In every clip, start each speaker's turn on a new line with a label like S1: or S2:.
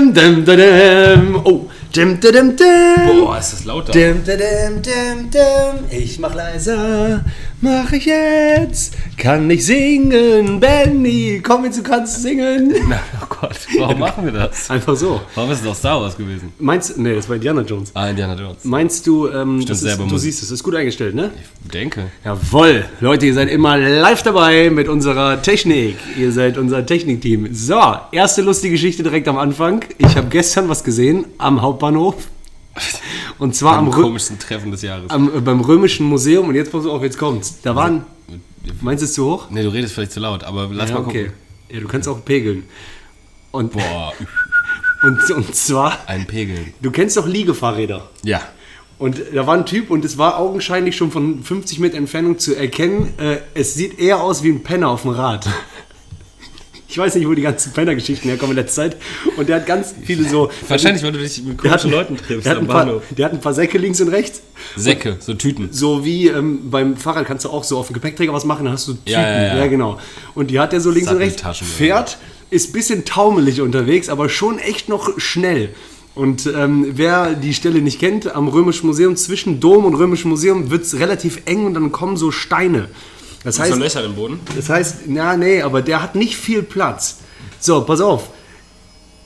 S1: Dim, dim, dim, dim. Oh. Dim, dim, dim, dim.
S2: Boah, ist das lauter.
S1: Dim, dim, dim, dim, dim. Ich mach leiser. Mach ich jetzt. Kann ich singen. Benny, komm jetzt, du kannst singen.
S2: Na, oh Gott, warum machen wir das?
S1: Einfach so.
S2: Warum ist es doch Star Wars gewesen?
S1: Meinst Nee, das war Indiana Jones.
S2: Ah, Indiana Jones.
S1: Meinst du, ähm, das ist,
S2: selber
S1: du
S2: Musik.
S1: siehst es, ist gut eingestellt, ne?
S2: Ich denke.
S1: Jawohl, Leute, ihr seid immer live dabei mit unserer Technik. Ihr seid unser Technikteam. So, erste lustige Geschichte direkt am Anfang. Ich habe gestern was gesehen am Hauptbahnhof. Und zwar am,
S2: Am
S1: Rö
S2: komischsten Treffen des Jahres.
S1: am, äh, beim Römischen Museum. Und jetzt pass auf, jetzt kommt's.
S2: Also-
S1: Da waren. Meinst du es zu hoch?
S2: Ne, du redest vielleicht zu laut, aber lass
S1: Ja,
S2: mal gucken.
S1: okay. Ja, du kannst auch pegeln. Und,
S2: Boah,
S1: und, und zwar,
S2: ein Pegel.
S1: du kennst doch Liegefahrräder.
S2: Ja.
S1: Und da war ein Typ und es war augenscheinlich schon von 50 Meter Entfernung zu erkennen, äh, es sieht eher aus wie ein Penner auf dem Rad. Ich weiß nicht, wo die ganzen Penner-Geschichten herkommen in letzter Zeit. Und der hat ganz viele so...
S2: Wahrscheinlich, weil du dich mit komischen Leuten triffst
S1: der hat,
S2: am
S1: ein paar,
S2: Bahnhof.
S1: der hat ein paar Säcke links und rechts.
S2: Säcke, so Tüten.
S1: So wie ähm, beim Fahrrad kannst du auch so auf dem Gepäckträger was machen, dann hast du Typen.
S2: ja, ja.
S1: genau. Und die hat er so links und rechts.
S2: Satteltaschen oder
S1: Fährt, ist ein bisschen taumelig unterwegs, aber schon echt noch schnell. Und ähm, wer die Stelle nicht kennt, am Römischen Museum, zwischen Dom und Römischem Museum wird es relativ eng und dann kommen so Steine. Das heißt,
S2: Löcher im Boden.
S1: das heißt, na, nee, aber der hat nicht viel Platz. So, pass auf.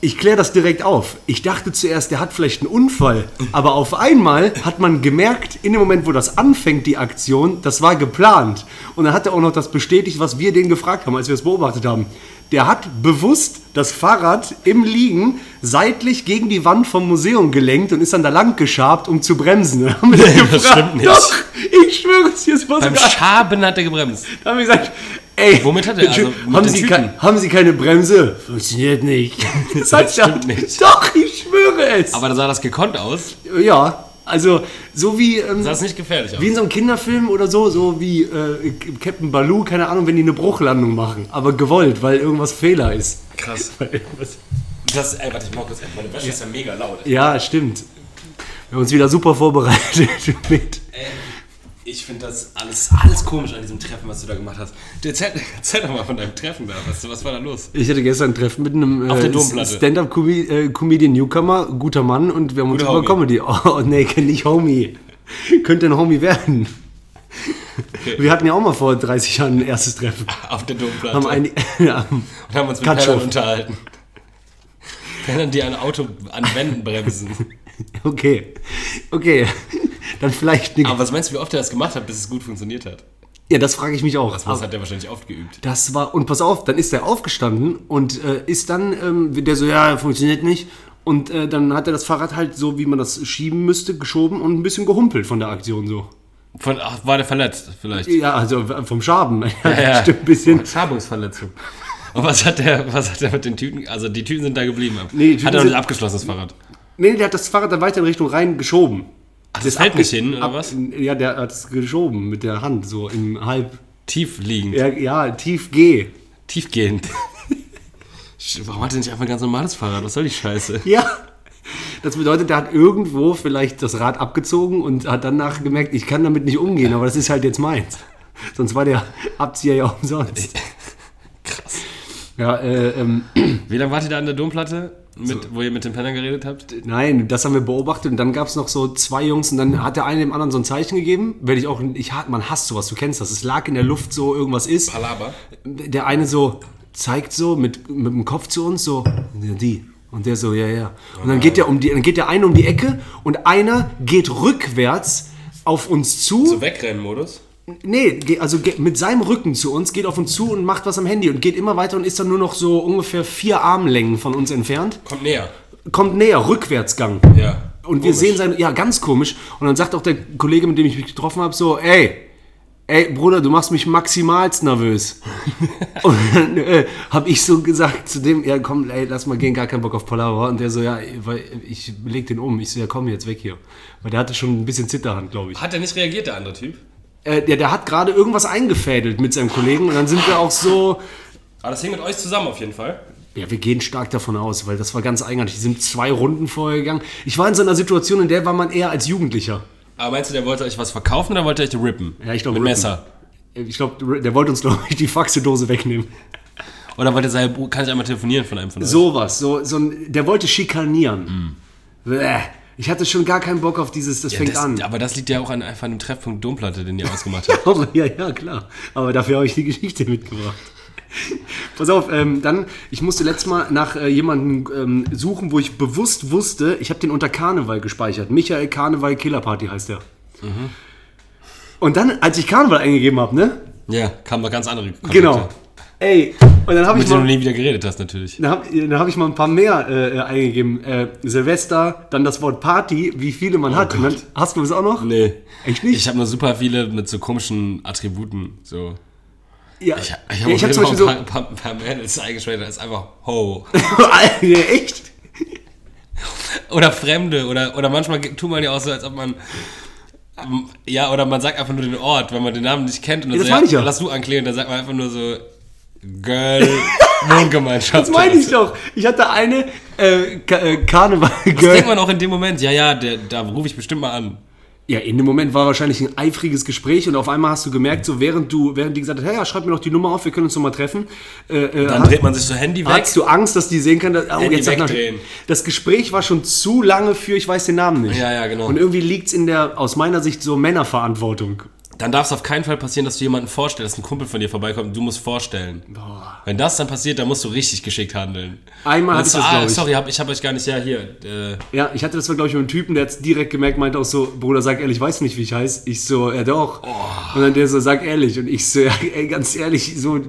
S1: Ich kläre das direkt auf. Ich dachte zuerst, der hat vielleicht einen Unfall. Aber auf einmal hat man gemerkt, in dem Moment, wo das anfängt, die Aktion, das war geplant. Und dann hat er auch noch das bestätigt, was wir den gefragt haben, als wir es beobachtet haben. Der hat bewusst das Fahrrad im Liegen seitlich gegen die Wand vom Museum gelenkt und ist dann da lang geschabt, um zu bremsen. Dann haben wir den
S2: das
S1: gefragt.
S2: stimmt nicht.
S1: Doch, ich schwöre es, hier ist was
S2: Beim Schaben hat er gebremst.
S1: da haben wir gesagt, ey,
S2: Womit hat er- also mit
S1: haben,
S2: den
S1: Sie
S2: Tüten?
S1: kein, haben Sie keine Bremse? Funktioniert nicht. Das, heißt,
S2: stimmt
S1: ja,
S2: nicht.
S1: Doch, ich schwöre es.
S2: Aber da sah das gekonnt aus.
S1: ja, also so wie, ähm,
S2: Sah es nicht gefährlich aus.
S1: wie in so einem Kinderfilm oder so, so wie äh, Captain Baloo, keine Ahnung, wenn die eine Bruchlandung machen, aber gewollt, weil irgendwas Fehler ist.
S2: Krass.
S1: Weil irgendwas-
S2: Das, ey, warte, ich mach kurz. Meine Wäsche ist ja mega laut.
S1: Ja, stimmt. Wir haben uns wieder super vorbereitet mit.
S2: Ey, ich finde das alles, alles komisch an diesem Treffen, was du da gemacht hast. Du erzähl, erzähl doch mal von deinem Treffen da. Was, was war da los?
S1: Ich hatte gestern ein Treffen mit einem
S2: Auf der
S1: äh,
S2: Domplatte.
S1: Stand-Up-Comedian Newcomer, guter Mann, und wir haben uns
S2: Guter
S1: über
S2: Homie.
S1: Comedy. Oh, nee, kenn nicht Homie. Könnte ein Homie werden. Wir hatten ja auch mal vor 30 Jahren ein erstes Treffen.
S2: Auf der Domplatte.
S1: Haben ein, ja,
S2: und haben uns mit
S1: Katschow.
S2: Pennern unterhalten. Pennern, die ein Auto an Wänden bremsen.
S1: okay. Okay. Dann vielleicht
S2: Aber
S1: eine,
S2: was meinst du, wie oft er das gemacht hat, bis es gut funktioniert hat?
S1: Ja, das frage ich mich auch.
S2: Das hat er wahrscheinlich oft geübt.
S1: Das war, und pass auf, dann ist er aufgestanden und äh, ist dann, ähm, der so, ja, funktioniert nicht. Und äh, dann hat er das Fahrrad halt so, wie man das schieben müsste, geschoben und ein bisschen gehumpelt von der Aktion so.
S2: Von, ach, war der verletzt vielleicht?
S1: Ja, also vom Schaben. Ja,
S2: ja.
S1: Stimmt ein bisschen.
S2: Schabungsverletzung. Und was hat der, was hat der mit den Tüten? Also die Tüten sind da geblieben.
S1: Nee, die Tüten
S2: hat er noch
S1: sind-
S2: nicht abgeschlossen, das Fahrrad.
S1: Nee, der hat das Fahrrad dann weiter in Richtung Rhein geschoben.
S2: Ach, das fällt nicht hin,
S1: Ab-
S2: oder was?
S1: Ja, der hat es geschoben mit der Hand, so im halb,
S2: Tief liegend.
S1: ja, ja tief G.
S2: Tiefgehend. Sch- Warum hat er nicht einfach ein ganz normales Fahrrad? Was soll die Scheiße?
S1: Ja. Das bedeutet, der hat irgendwo vielleicht das Rad abgezogen und hat danach gemerkt, ich kann damit nicht umgehen, aber das ist halt jetzt meins. Sonst war der Abzieher ja umsonst.
S2: Krass.
S1: Ja, äh, ähm,
S2: Wie lange wart ihr da an der Domplatte, mit, wo ihr mit dem Penner geredet habt?
S1: Nein, das haben wir beobachtet und dann gab es noch so zwei Jungs und dann hat der eine dem anderen so ein Zeichen gegeben. Werde ich auch, ich hat, man hasst sowas, du kennst das. Es lag in der Luft so, irgendwas ist.
S2: Palaber.
S1: Der eine so zeigt so mit, mit dem Kopf zu uns so, ja, die. Und der so, ja, ja. Und dann geht der um die, dann geht der eine um die Ecke und einer geht rückwärts auf uns zu.
S2: So Wegrennmodus?
S1: Nee, ge- also ge- mit seinem Rücken zu uns, geht auf uns zu und macht was am Handy und geht immer weiter und ist dann nur noch so ungefähr vier Armlängen von uns entfernt.
S2: Kommt näher.
S1: Kommt näher, Rückwärtsgang.
S2: Ja.
S1: Und wir sehen seine, ja, ganz komisch. Und dann sagt auch der Kollege, mit dem ich mich getroffen habe, so, ey, ey, Bruder, du machst mich maximalst nervös. und dann äh, habe ich so gesagt zu dem, ja, komm, ey, lass mal gehen, gar keinen Bock auf Palaver. Und der so, ja, weil ich leg den um. Ich so, ja, komm jetzt weg hier. Weil der hatte schon ein bisschen Zitterhand, glaube ich.
S2: Hat er nicht reagiert, der andere Typ?
S1: Äh, der, der hat gerade irgendwas eingefädelt mit seinem Kollegen. Und dann sind wir auch so,
S2: Aber das hing mit euch zusammen auf jeden Fall.
S1: Ja, wir gehen stark davon aus, weil das war ganz eigenartig. Die sind zwei Runden vorher gegangen. Ich war in so einer Situation, in der war man eher als Jugendlicher.
S2: Aber meinst du, der wollte euch was verkaufen oder wollte euch rippen?
S1: Ja, ich glaub,
S2: Mit
S1: rippen.
S2: Messer.
S1: Ich glaube, der wollte uns, glaube ich, die Faxedose wegnehmen.
S2: Oder wollte er sagen, "Bro, kann ich einmal telefonieren von einem von euch?
S1: Sowas, so, so ein, der wollte schikanieren. Mm. Bäh. Ich hatte schon gar keinen Bock auf dieses, das fängt
S2: das,
S1: an.
S2: Aber das liegt ja auch an einfach einem Treffpunkt Domplatte, den ihr ausgemacht habt.
S1: Doch, Oh, ja, ja, klar. Aber dafür habe ich die Geschichte mitgebracht. Pass auf, ähm, dann, ich musste letztes Mal nach äh, jemandem ähm, suchen, wo ich bewusst wusste, ich habe den unter Karneval gespeichert. Michael Karneval Killerparty heißt der. Mhm. Und dann, als ich Karneval eingegeben habe, ne?
S2: Ja, kamen da ganz andere Kontakte.
S1: Genau. Ey, und dann habe ich
S2: Mit denen du
S1: mal,
S2: nie wieder geredet hast, natürlich.
S1: dann hab, dann hab ich mal ein paar mehr äh, äh, eingegeben. Äh, Silvester, dann das Wort Party, wie viele man hat. Und dann, hast du es auch noch?
S2: Oh Nee.
S1: Echt nicht?
S2: Ich habe nur super viele mit so komischen Attributen. So.
S1: ja, ich,
S2: Ich, ich
S1: ja,
S2: habe
S1: ich hab
S2: auch
S1: zum
S2: immer
S1: Beispiel so.
S2: ein paar, paar, paar Mädels eingeschwächt, als einfach Ho.
S1: Alter, echt?
S2: Oder Fremde. Oder, oder manchmal ge- tut man ja auch so, als ob man. ähm, Ja, oder man sagt einfach nur den Ort, wenn man den Namen nicht kennt. Und dann
S1: Ja, das
S2: so,
S1: meine ich ja.
S2: Lass du anklären, dann sagt man einfach nur so. Girl, Wohngemeinschaft.
S1: Das meine ich doch. Ich hatte eine äh, Ka äh,
S2: Das denkt
S1: Karneval-Girl.
S2: man auch in dem Moment. Ja, ja, der, da rufe ich bestimmt mal an.
S1: Ja, in dem Moment war wahrscheinlich ein eifriges Gespräch und auf einmal hast du gemerkt, so während du, während die gesagt hat, hey, ja, schreib mir noch die Nummer auf, wir können uns nochmal treffen. Äh, äh,
S2: Dann
S1: hat-
S2: dreht man sich so Handy weg.
S1: Hattest du Angst, dass die sehen kann, dass, oh,
S2: Handy
S1: jetzt sagt man-
S2: wegdrehen.
S1: das Gespräch war schon zu lange für, ich weiß den Namen nicht.
S2: Ja, ja, genau.
S1: Und irgendwie liegt es in der, aus meiner Sicht, so Männerverantwortung.
S2: Dann darf es auf keinen Fall passieren, dass du jemanden vorstellst, dass ein Kumpel von dir vorbeikommt und du musst vorstellen. Wenn das dann passiert, dann musst du richtig geschickt handeln.
S1: Einmal hatte ich
S2: Dann
S1: das,
S2: so, ah,
S1: glaube ich.
S2: sorry, hab, ich habe euch gar nicht, ja, hier. Äh,
S1: Ja, ich hatte das, glaube ich, mit einem Typen, der jetzt direkt gemerkt meinte auch so, Bruder, sag ehrlich, ich weiß nicht, wie ich heiße. Ich so, ja doch.
S2: Oh.
S1: Und dann der so, sag ehrlich. Und ich so, ja, ey, ganz ehrlich, so,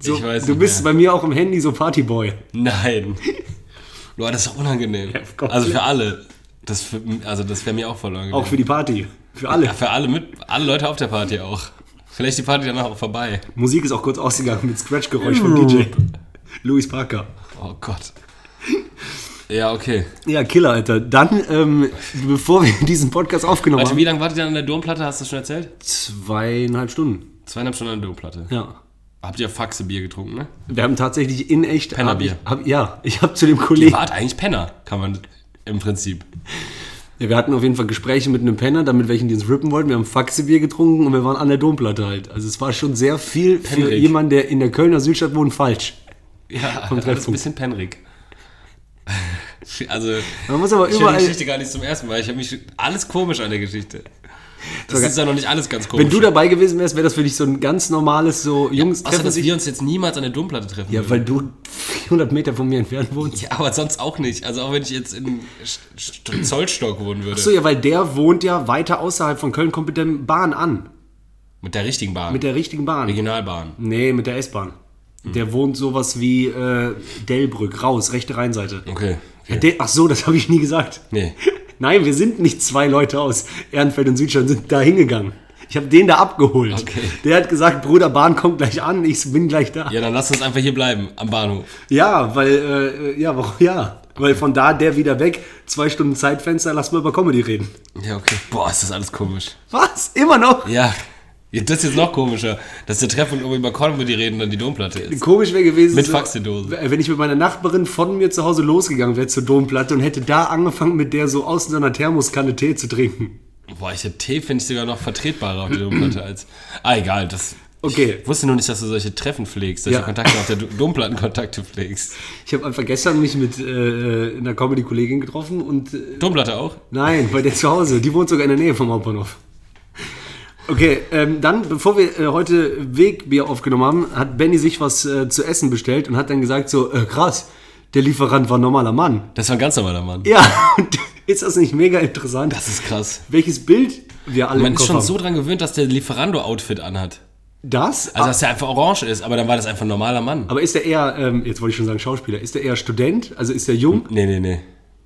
S1: so
S2: Ich weiß
S1: du
S2: nicht
S1: bist bei mir auch im Handy so Partyboy.
S2: nein. Boah, das ist doch unangenehm.
S1: komplett.
S2: also für alle. Das für, also das wäre mir auch voll unangenehm.
S1: Auch für die Party. Für alle.
S2: ja, für alle, mit, alle Leute auf der Party auch. Vielleicht die Party danach auch vorbei.
S1: Musik ist auch kurz ausgegangen mit Scratch-Geräusch vom
S2: Hm.
S1: DJ. Louis Parker.
S2: Oh Gott. Ja, okay.
S1: Ja, Killer, Alter. Dann, ähm, bevor wir diesen Podcast aufgenommen
S2: Warte,
S1: haben,
S2: wie lange wartet ihr an der Domplatte? Hast du das schon erzählt?
S1: zweieinhalb Stunden.
S2: Zweieinhalb Stunden an der Domplatte.
S1: Ja.
S2: Habt ihr Faxe Bier getrunken, ne?
S1: Wir haben tatsächlich in echt.
S2: Pennerbier.
S1: Hab, ich- hab, ja, ich habe zu dem Kollegen.
S2: Wart eigentlich Penner, kann man im Prinzip.
S1: Ja, wir hatten auf jeden Fall Gespräche mit einem Penner, damit welchen die uns rippen wollten. Wir haben Faxebier getrunken und wir waren an der Domplatte halt. Also es war schon sehr viel für
S2: Penrik.
S1: jemanden, der in der Kölner Südstadt wohnt, falsch.
S2: Ja,
S1: Vom
S2: das ist ein
S1: Treffpunkt.
S2: bisschen penrig. Also,
S1: Man muss aber
S2: ich höre die
S1: überall.
S2: Geschichte gar nicht zum ersten Mal. Ich habe mich alles komisch an der Geschichte. Das ist ja noch nicht alles ganz komisch.
S1: Wenn du dabei gewesen wärst, wäre das für dich so ein ganz normales, so Jungs
S2: Außer,
S1: treffen
S2: dass
S1: sich.
S2: wir uns jetzt niemals an der Domplatte treffen.
S1: Ja,
S2: würden.
S1: weil du 400 Meter von mir entfernt wohnst.
S2: ja, aber sonst auch nicht. Also auch wenn ich jetzt in Sch- Sch- Zollstock wohnen würde.
S1: So, ja, weil der wohnt ja weiter außerhalb von Köln, kommt mit der Bahn an.
S2: Mit der richtigen Bahn.
S1: Mit der richtigen Bahn.
S2: Regionalbahn.
S1: Nee, mit der S-Bahn.
S2: Mhm.
S1: Der wohnt sowas wie äh, Dellbrück, raus, rechte Rheinseite.
S2: Okay.
S1: Ja, der- Ach so, das habe ich nie gesagt.
S2: Nee.
S1: Nein, wir sind nicht zwei Leute aus Ehrenfeld und Südstadt, sind da hingegangen. Ich habe den da abgeholt.
S2: Okay.
S1: Der hat gesagt, Bruder, Bahn kommt gleich an, ich bin gleich da. Ja,
S2: Ja, dann lass uns einfach hier bleiben, am Bahnhof.
S1: weil, äh, ja, warum, ja. Weil von da der wieder weg, zwei Stunden Zeitfenster, lass mal über Comedy reden.
S2: Ja, okay. Boah, ist das alles komisch.
S1: Was? Immer noch?
S2: Ja. Ja, Das ist jetzt noch komischer, dass der Treffpunkt irgendwie über Comedy reden dann die Domplatte ist.
S1: Komisch wäre gewesen,
S2: Mit
S1: so,
S2: Faxedose.
S1: wenn ich mit meiner Nachbarin von mir zu Hause losgegangen wäre zur Domplatte und hätte da angefangen, mit der so aus seiner Thermoskanne Tee zu trinken.
S2: Boah, ich hätte Tee finde ich sogar noch vertretbarer auf der Domplatte als. Ah, egal, das.
S1: Okay.
S2: Ich wusste nur nicht, dass du solche Treffen pflegst, solche
S1: Ja.
S2: Kontakte auf der Do- Domplattenkontakte pflegst.
S1: Ich habe einfach gestern mich mit äh, einer Comedy-Kollegin getroffen und äh,
S2: Domplatte auch?
S1: Nein, bei der zu Hause. Die wohnt sogar in der Nähe vom Hauptbahnhof. Okay, ähm, dann, bevor wir äh, heute Wegbier aufgenommen haben, hat Benny sich was äh, zu essen bestellt und hat dann gesagt so, äh, krass, der Lieferant war ein normaler Mann.
S2: Das war ein ganz normaler Mann.
S1: Ja, und ist das nicht mega interessant?
S2: Das ist krass.
S1: Welches Bild wir alle
S2: Man
S1: im
S2: ist
S1: Kopf
S2: schon
S1: haben.
S2: so dran gewöhnt, dass der Lieferando-Outfit anhat.
S1: das?
S2: Also, dass der einfach orange ist, aber dann war das einfach ein normaler Mann.
S1: aber ist der eher, ähm, jetzt wollte ich schon sagen Schauspieler, ist der eher Student? Also ist der jung?
S2: Nee, nee, nee.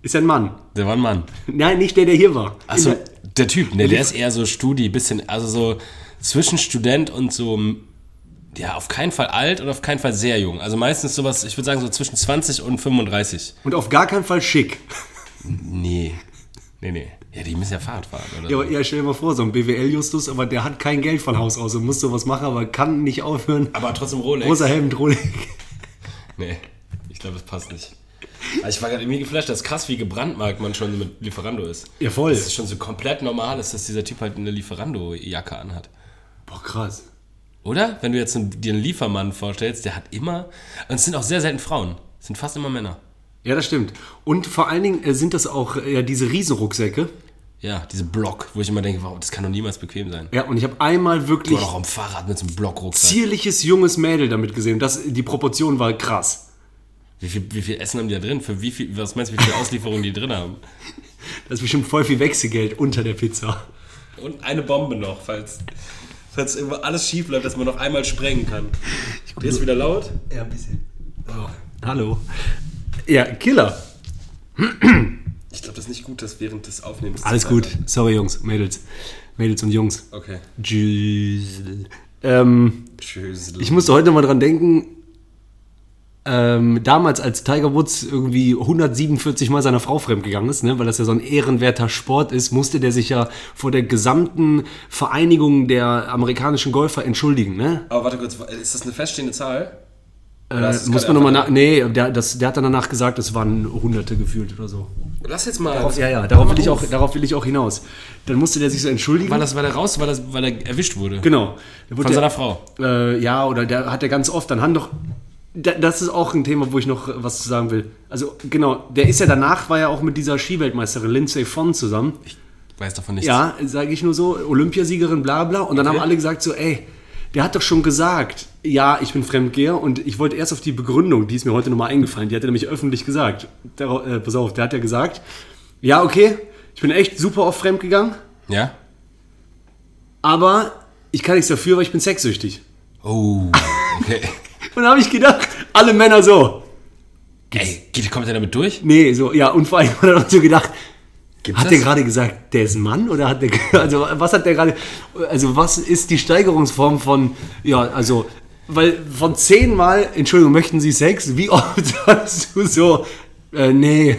S1: Ist er ein Mann?
S2: Der war ein Mann.
S1: Nein, nicht der, der hier war.
S2: Achso,
S1: In der-
S2: der Typ, ne, der ist eher so Studi, bisschen, also so zwischen Student und so, m, ja, auf keinen Fall alt und auf keinen Fall sehr jung. Also meistens sowas, ich würde sagen, so zwischen 20 und 35.
S1: Und auf gar keinen Fall schick.
S2: Nee. Nee, nee. Ja, die müssen ja Fahrrad fahren,
S1: Ja,
S2: oder? so.
S1: aber, ja, stell dir mal vor, so ein BWL-Justus, aber der hat kein Geld von Haus aus und muss sowas machen, aber kann nicht aufhören.
S2: aber trotzdem Rolex.
S1: Großer Helm, Drohle.
S2: Nee, ich glaube, das passt nicht. Aber ich war gerade irgendwie geflasht, das ist krass, wie gebrandmarkt man schon mit Lieferando ist.
S1: Ja, voll.
S2: Das ist schon so komplett normal, ist, dass dieser Typ halt eine Lieferando-Jacke anhat.
S1: Boah, krass.
S2: Oder? Wenn du jetzt einen, dir einen Liefermann vorstellst, der hat immer. Und es sind auch sehr selten Frauen. Es sind fast immer Männer.
S1: Ja, das stimmt. Und vor allen Dingen äh, sind das auch äh, diese Riesenrucksäcke.
S2: Ja, diese Block, wo ich immer denke, wow, das kann doch niemals bequem sein.
S1: Ja, und ich habe einmal wirklich
S2: Oder auch am Fahrrad mit so einem Blockrucksack.
S1: zierliches junges Mädel damit gesehen. Das, die Proportion war krass.
S2: Wie viel, wie viel Essen haben die da drin? Für wie viel, was meinst du, wie viele Auslieferungen die drin haben?
S1: Das ist bestimmt voll viel Wechselgeld unter der Pizza.
S2: Und eine Bombe noch, falls, falls irgendwo alles schief läuft, dass man noch einmal sprengen kann. Der ist wieder laut.
S1: Ja, ein bisschen. Hallo. Ja, Killer.
S2: Ich glaube, das ist nicht gut, dass während des Aufnehmens.
S1: Alles gut. Sorry, Jungs, Mädels. Mädels und Jungs.
S2: Okay.
S1: Tschüss. Ähm,
S2: Tschüss.
S1: ich musste heute mal dran denken, ähm, damals als Tiger Woods irgendwie 147 Mal seiner Frau fremdgegangen ist, ne, weil das ja so ein ehrenwerter Sport ist, musste der sich ja vor der gesamten Vereinigung der amerikanischen Golfer entschuldigen. Ne?
S2: Aber warte kurz, ist das eine feststehende Zahl? Oder
S1: Äh,
S2: ist das
S1: muss
S2: gerade
S1: man nochmal
S2: einfach-
S1: nach. Nee, der, das, der hat dann danach gesagt, es waren Hunderte gefühlt oder so.
S2: Lass jetzt mal.
S1: Ja, ja, darauf will, ich auch, darauf will ich auch hinaus. Dann musste der sich so entschuldigen.
S2: War das, weil er raus, weil, das, weil er erwischt wurde?
S1: genau. Da wurde
S2: Von
S1: der-
S2: seiner Frau.
S1: Äh, ja, oder der hat er ganz oft, dann haben doch. da- Das ist auch ein Thema, wo ich noch was zu sagen will. Also, genau, der ist ja danach, war ja auch mit dieser Skiweltmeisterin Lindsay Vonn zusammen.
S2: Weiß davon nichts.
S1: Ja, sage ich nur so, Olympiasiegerin, bla bla. Und dann haben alle gesagt so, ey, der hat doch schon gesagt, ja, ich bin Fremdgeher. Und ich wollte erst auf die Begründung, die ist mir heute nochmal eingefallen, die hat er nämlich öffentlich gesagt. Der, äh, pass auf, der hat ja gesagt, ja, okay, ich bin echt super oft fremdgegangen,
S2: Ja?
S1: aber ich kann nichts dafür, weil ich bin sexsüchtig.
S2: Oh, okay.
S1: Und da habe ich gedacht, alle Männer so.
S2: Ey, geht, kommt er damit durch?
S1: Nee, so, ja, und vor allem hat er noch so gedacht, hat der
S2: das?
S1: gerade gesagt, der ist ein Mann oder hat der, also was hat der gerade, also was ist die Steigerungsform von, ja, also, weil von zehnmal, Entschuldigung, möchten Sie Sex, wie oft sagst du so, äh, nee,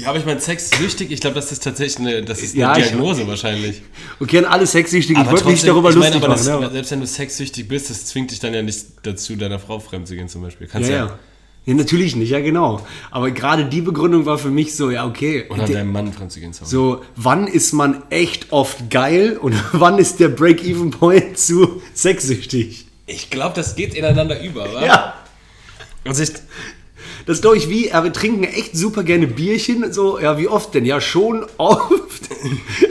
S2: Ja, aber ich meine, Sex süchtig, ich glaube, das ist tatsächlich eine, das ist eine
S1: Ja, ich-
S2: Diagnose wahrscheinlich.
S1: okay, an alle Sexsüchtigen, ich wollte mich nicht darüber
S2: ich meine,
S1: lustig
S2: aber das,
S1: machen. ne?
S2: selbst wenn du sexsüchtig bist, das zwingt dich dann ja nicht dazu, deiner Frau fremd zu gehen zum Beispiel.
S1: ne? Ja,
S2: Kannst ja.
S1: ja. Ja, natürlich nicht, ja genau. Aber gerade die Begründung war für mich so, ja, okay.
S2: Oder
S1: der-
S2: deinem Mann fremd zu gehen. Sorry.
S1: So, wann ist man echt oft geil und wann ist der Break-Even-Point zu sexsüchtig?
S2: Ich glaube, das geht ineinander über, wa?
S1: Ja,
S2: Also ich,
S1: das glaube ich wie, aber wir trinken echt super gerne Bierchen, so, ja, wie oft denn? Ja, schon oft,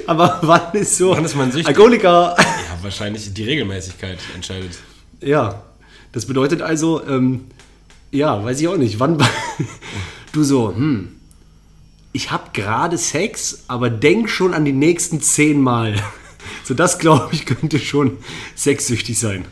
S1: aber wann ist so...
S2: Wann ist man süchtig?
S1: Alkoholiker.
S2: ja, wahrscheinlich die Regelmäßigkeit entscheidet.
S1: Ja, das bedeutet also, ähm, ja, weiß ich auch nicht, wann... du so, hm, ich habe gerade Sex, aber denk schon an die nächsten zehn Mal. So, das glaube ich, könnte schon sexsüchtig sein.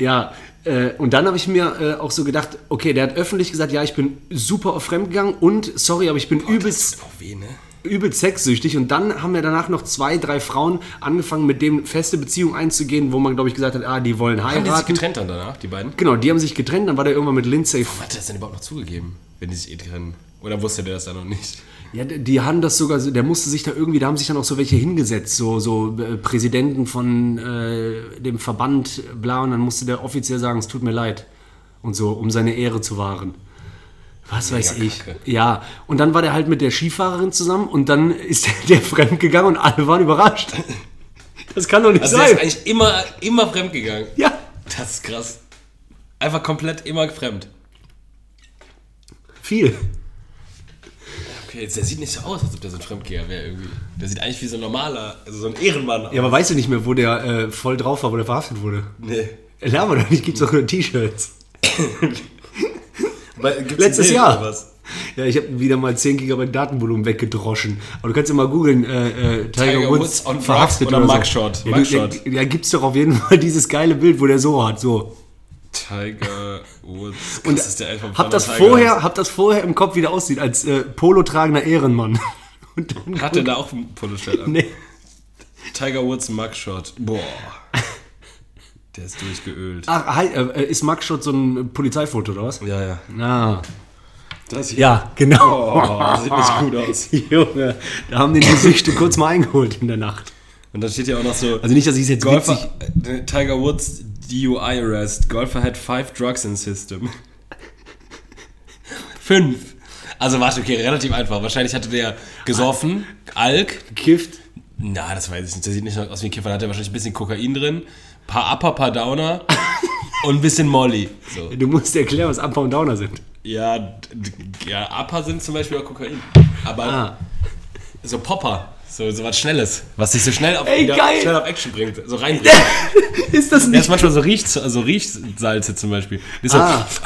S1: Ja, äh, und dann habe ich mir äh, auch so gedacht, okay, der hat öffentlich gesagt, ja, ich bin super auf Fremdgegangen und, sorry, aber ich bin übelst
S2: Auch weh, ne?
S1: übel sexsüchtig und dann haben ja danach noch zwei, drei Frauen angefangen, mit dem feste Beziehung einzugehen, wo man, glaube ich, gesagt hat, ah, die wollen
S2: Haben die sich
S1: heiraten.
S2: getrennt dann danach, die beiden?
S1: genau, die haben sich getrennt, dann war der irgendwann mit Lindsay.
S2: Hat er das denn überhaupt noch zugegeben, wenn die sich eh trennen? Oder wusste der das dann noch nicht?
S1: Ja, d- die haben das sogar, so- der musste sich da irgendwie, da haben sich dann auch so welche hingesetzt, so, so äh, Präsidenten von äh, dem Verband, bla, und dann musste der offiziell sagen, es tut mir leid. Und so, um seine Ehre zu wahren. Was weiß
S2: Mega
S1: ich.
S2: Kacke.
S1: Ja, und dann war der halt mit der Skifahrerin zusammen und dann ist der, der fremdgegangen und alle waren überrascht. Das kann doch nicht
S2: Also der
S1: sein.
S2: ist eigentlich immer, immer fremd gegangen.
S1: Ja.
S2: Das ist krass. Einfach komplett immer fremd.
S1: Viel.
S2: Okay, jetzt, der sieht nicht so aus, als ob der so ein Fremdgeher wäre irgendwie. Der sieht eigentlich wie so ein normaler, also so ein Ehrenmann aus.
S1: Ja, aber weißt du nicht mehr, wo der äh, voll drauf war, wo der verhaftet wurde?
S2: Nee.
S1: Laber doch nicht, gibt's doch nur T-Shirts.
S2: Weil, gibt's
S1: Letztes
S2: ein Bild
S1: Jahr.
S2: oder was?
S1: Ja, ich habe wieder mal 10 Gigabyte Datenvolumen weggedroschen. Aber du kannst ja mal googeln, äh, äh, Tiger,
S2: Tiger
S1: Woods
S2: Woods on
S1: verhaftet
S2: Drugs
S1: oder,
S2: oder
S1: so.
S2: Mugshot.
S1: Ja,
S2: Mugshot.
S1: Da, da gibt's doch auf jeden Fall dieses geile Bild, wo der so hat, so.
S2: Tiger Woods.
S1: Und
S2: Krass, ist der einfach
S1: hab das
S2: Tiger.
S1: vorher, hab das vorher im Kopf, wie der aussieht, als äh, polotragender Ehrenmann. Und dann,
S2: Hat der da auch ein Poloshirt an?
S1: nee.
S2: Tiger Woods Mugshot. Boah. Der ist durchgeölt.
S1: Ach, hi, äh, ist Mugshot so ein Polizeifoto oder was?
S2: Ja, ja.
S1: Ah.
S2: Das hier.
S1: Ja, genau.
S2: Oh, sieht nicht gut aus.
S1: Junge, da haben den die Süchte kurz mal eingeholt in der Nacht.
S2: Und dann steht ja auch noch so.
S1: Also nicht, dass ich es jetzt witzig...
S2: Golfer, äh, Tiger Woods DUI Arrest. Golfer had five drugs in system. Fünf. Also warte, okay, relativ einfach. Wahrscheinlich hatte der gesoffen, Alk.
S1: Kifft.
S2: Na, das weiß ich nicht. Der sieht nicht aus wie ein Kiffer. Da hat er wahrscheinlich ein bisschen Kokain drin. paar Upper, paar Downer und ein bisschen Molly. So.
S1: Du musst erklären, was Upper und Downer sind.
S2: Ja, d- d- ja, Upper sind zum Beispiel auch Kokain. Aber
S1: Ah.
S2: so Popper, so, so was Schnelles, was dich so schnell auf,
S1: Ey,
S2: wieder
S1: geil!
S2: Schnell auf Action bringt. So reinbringt.
S1: Ist das
S2: Ja,
S1: nicht?
S2: ist manchmal so, Riech, so Riechsalze zum Beispiel. Das
S1: Ah.
S2: ist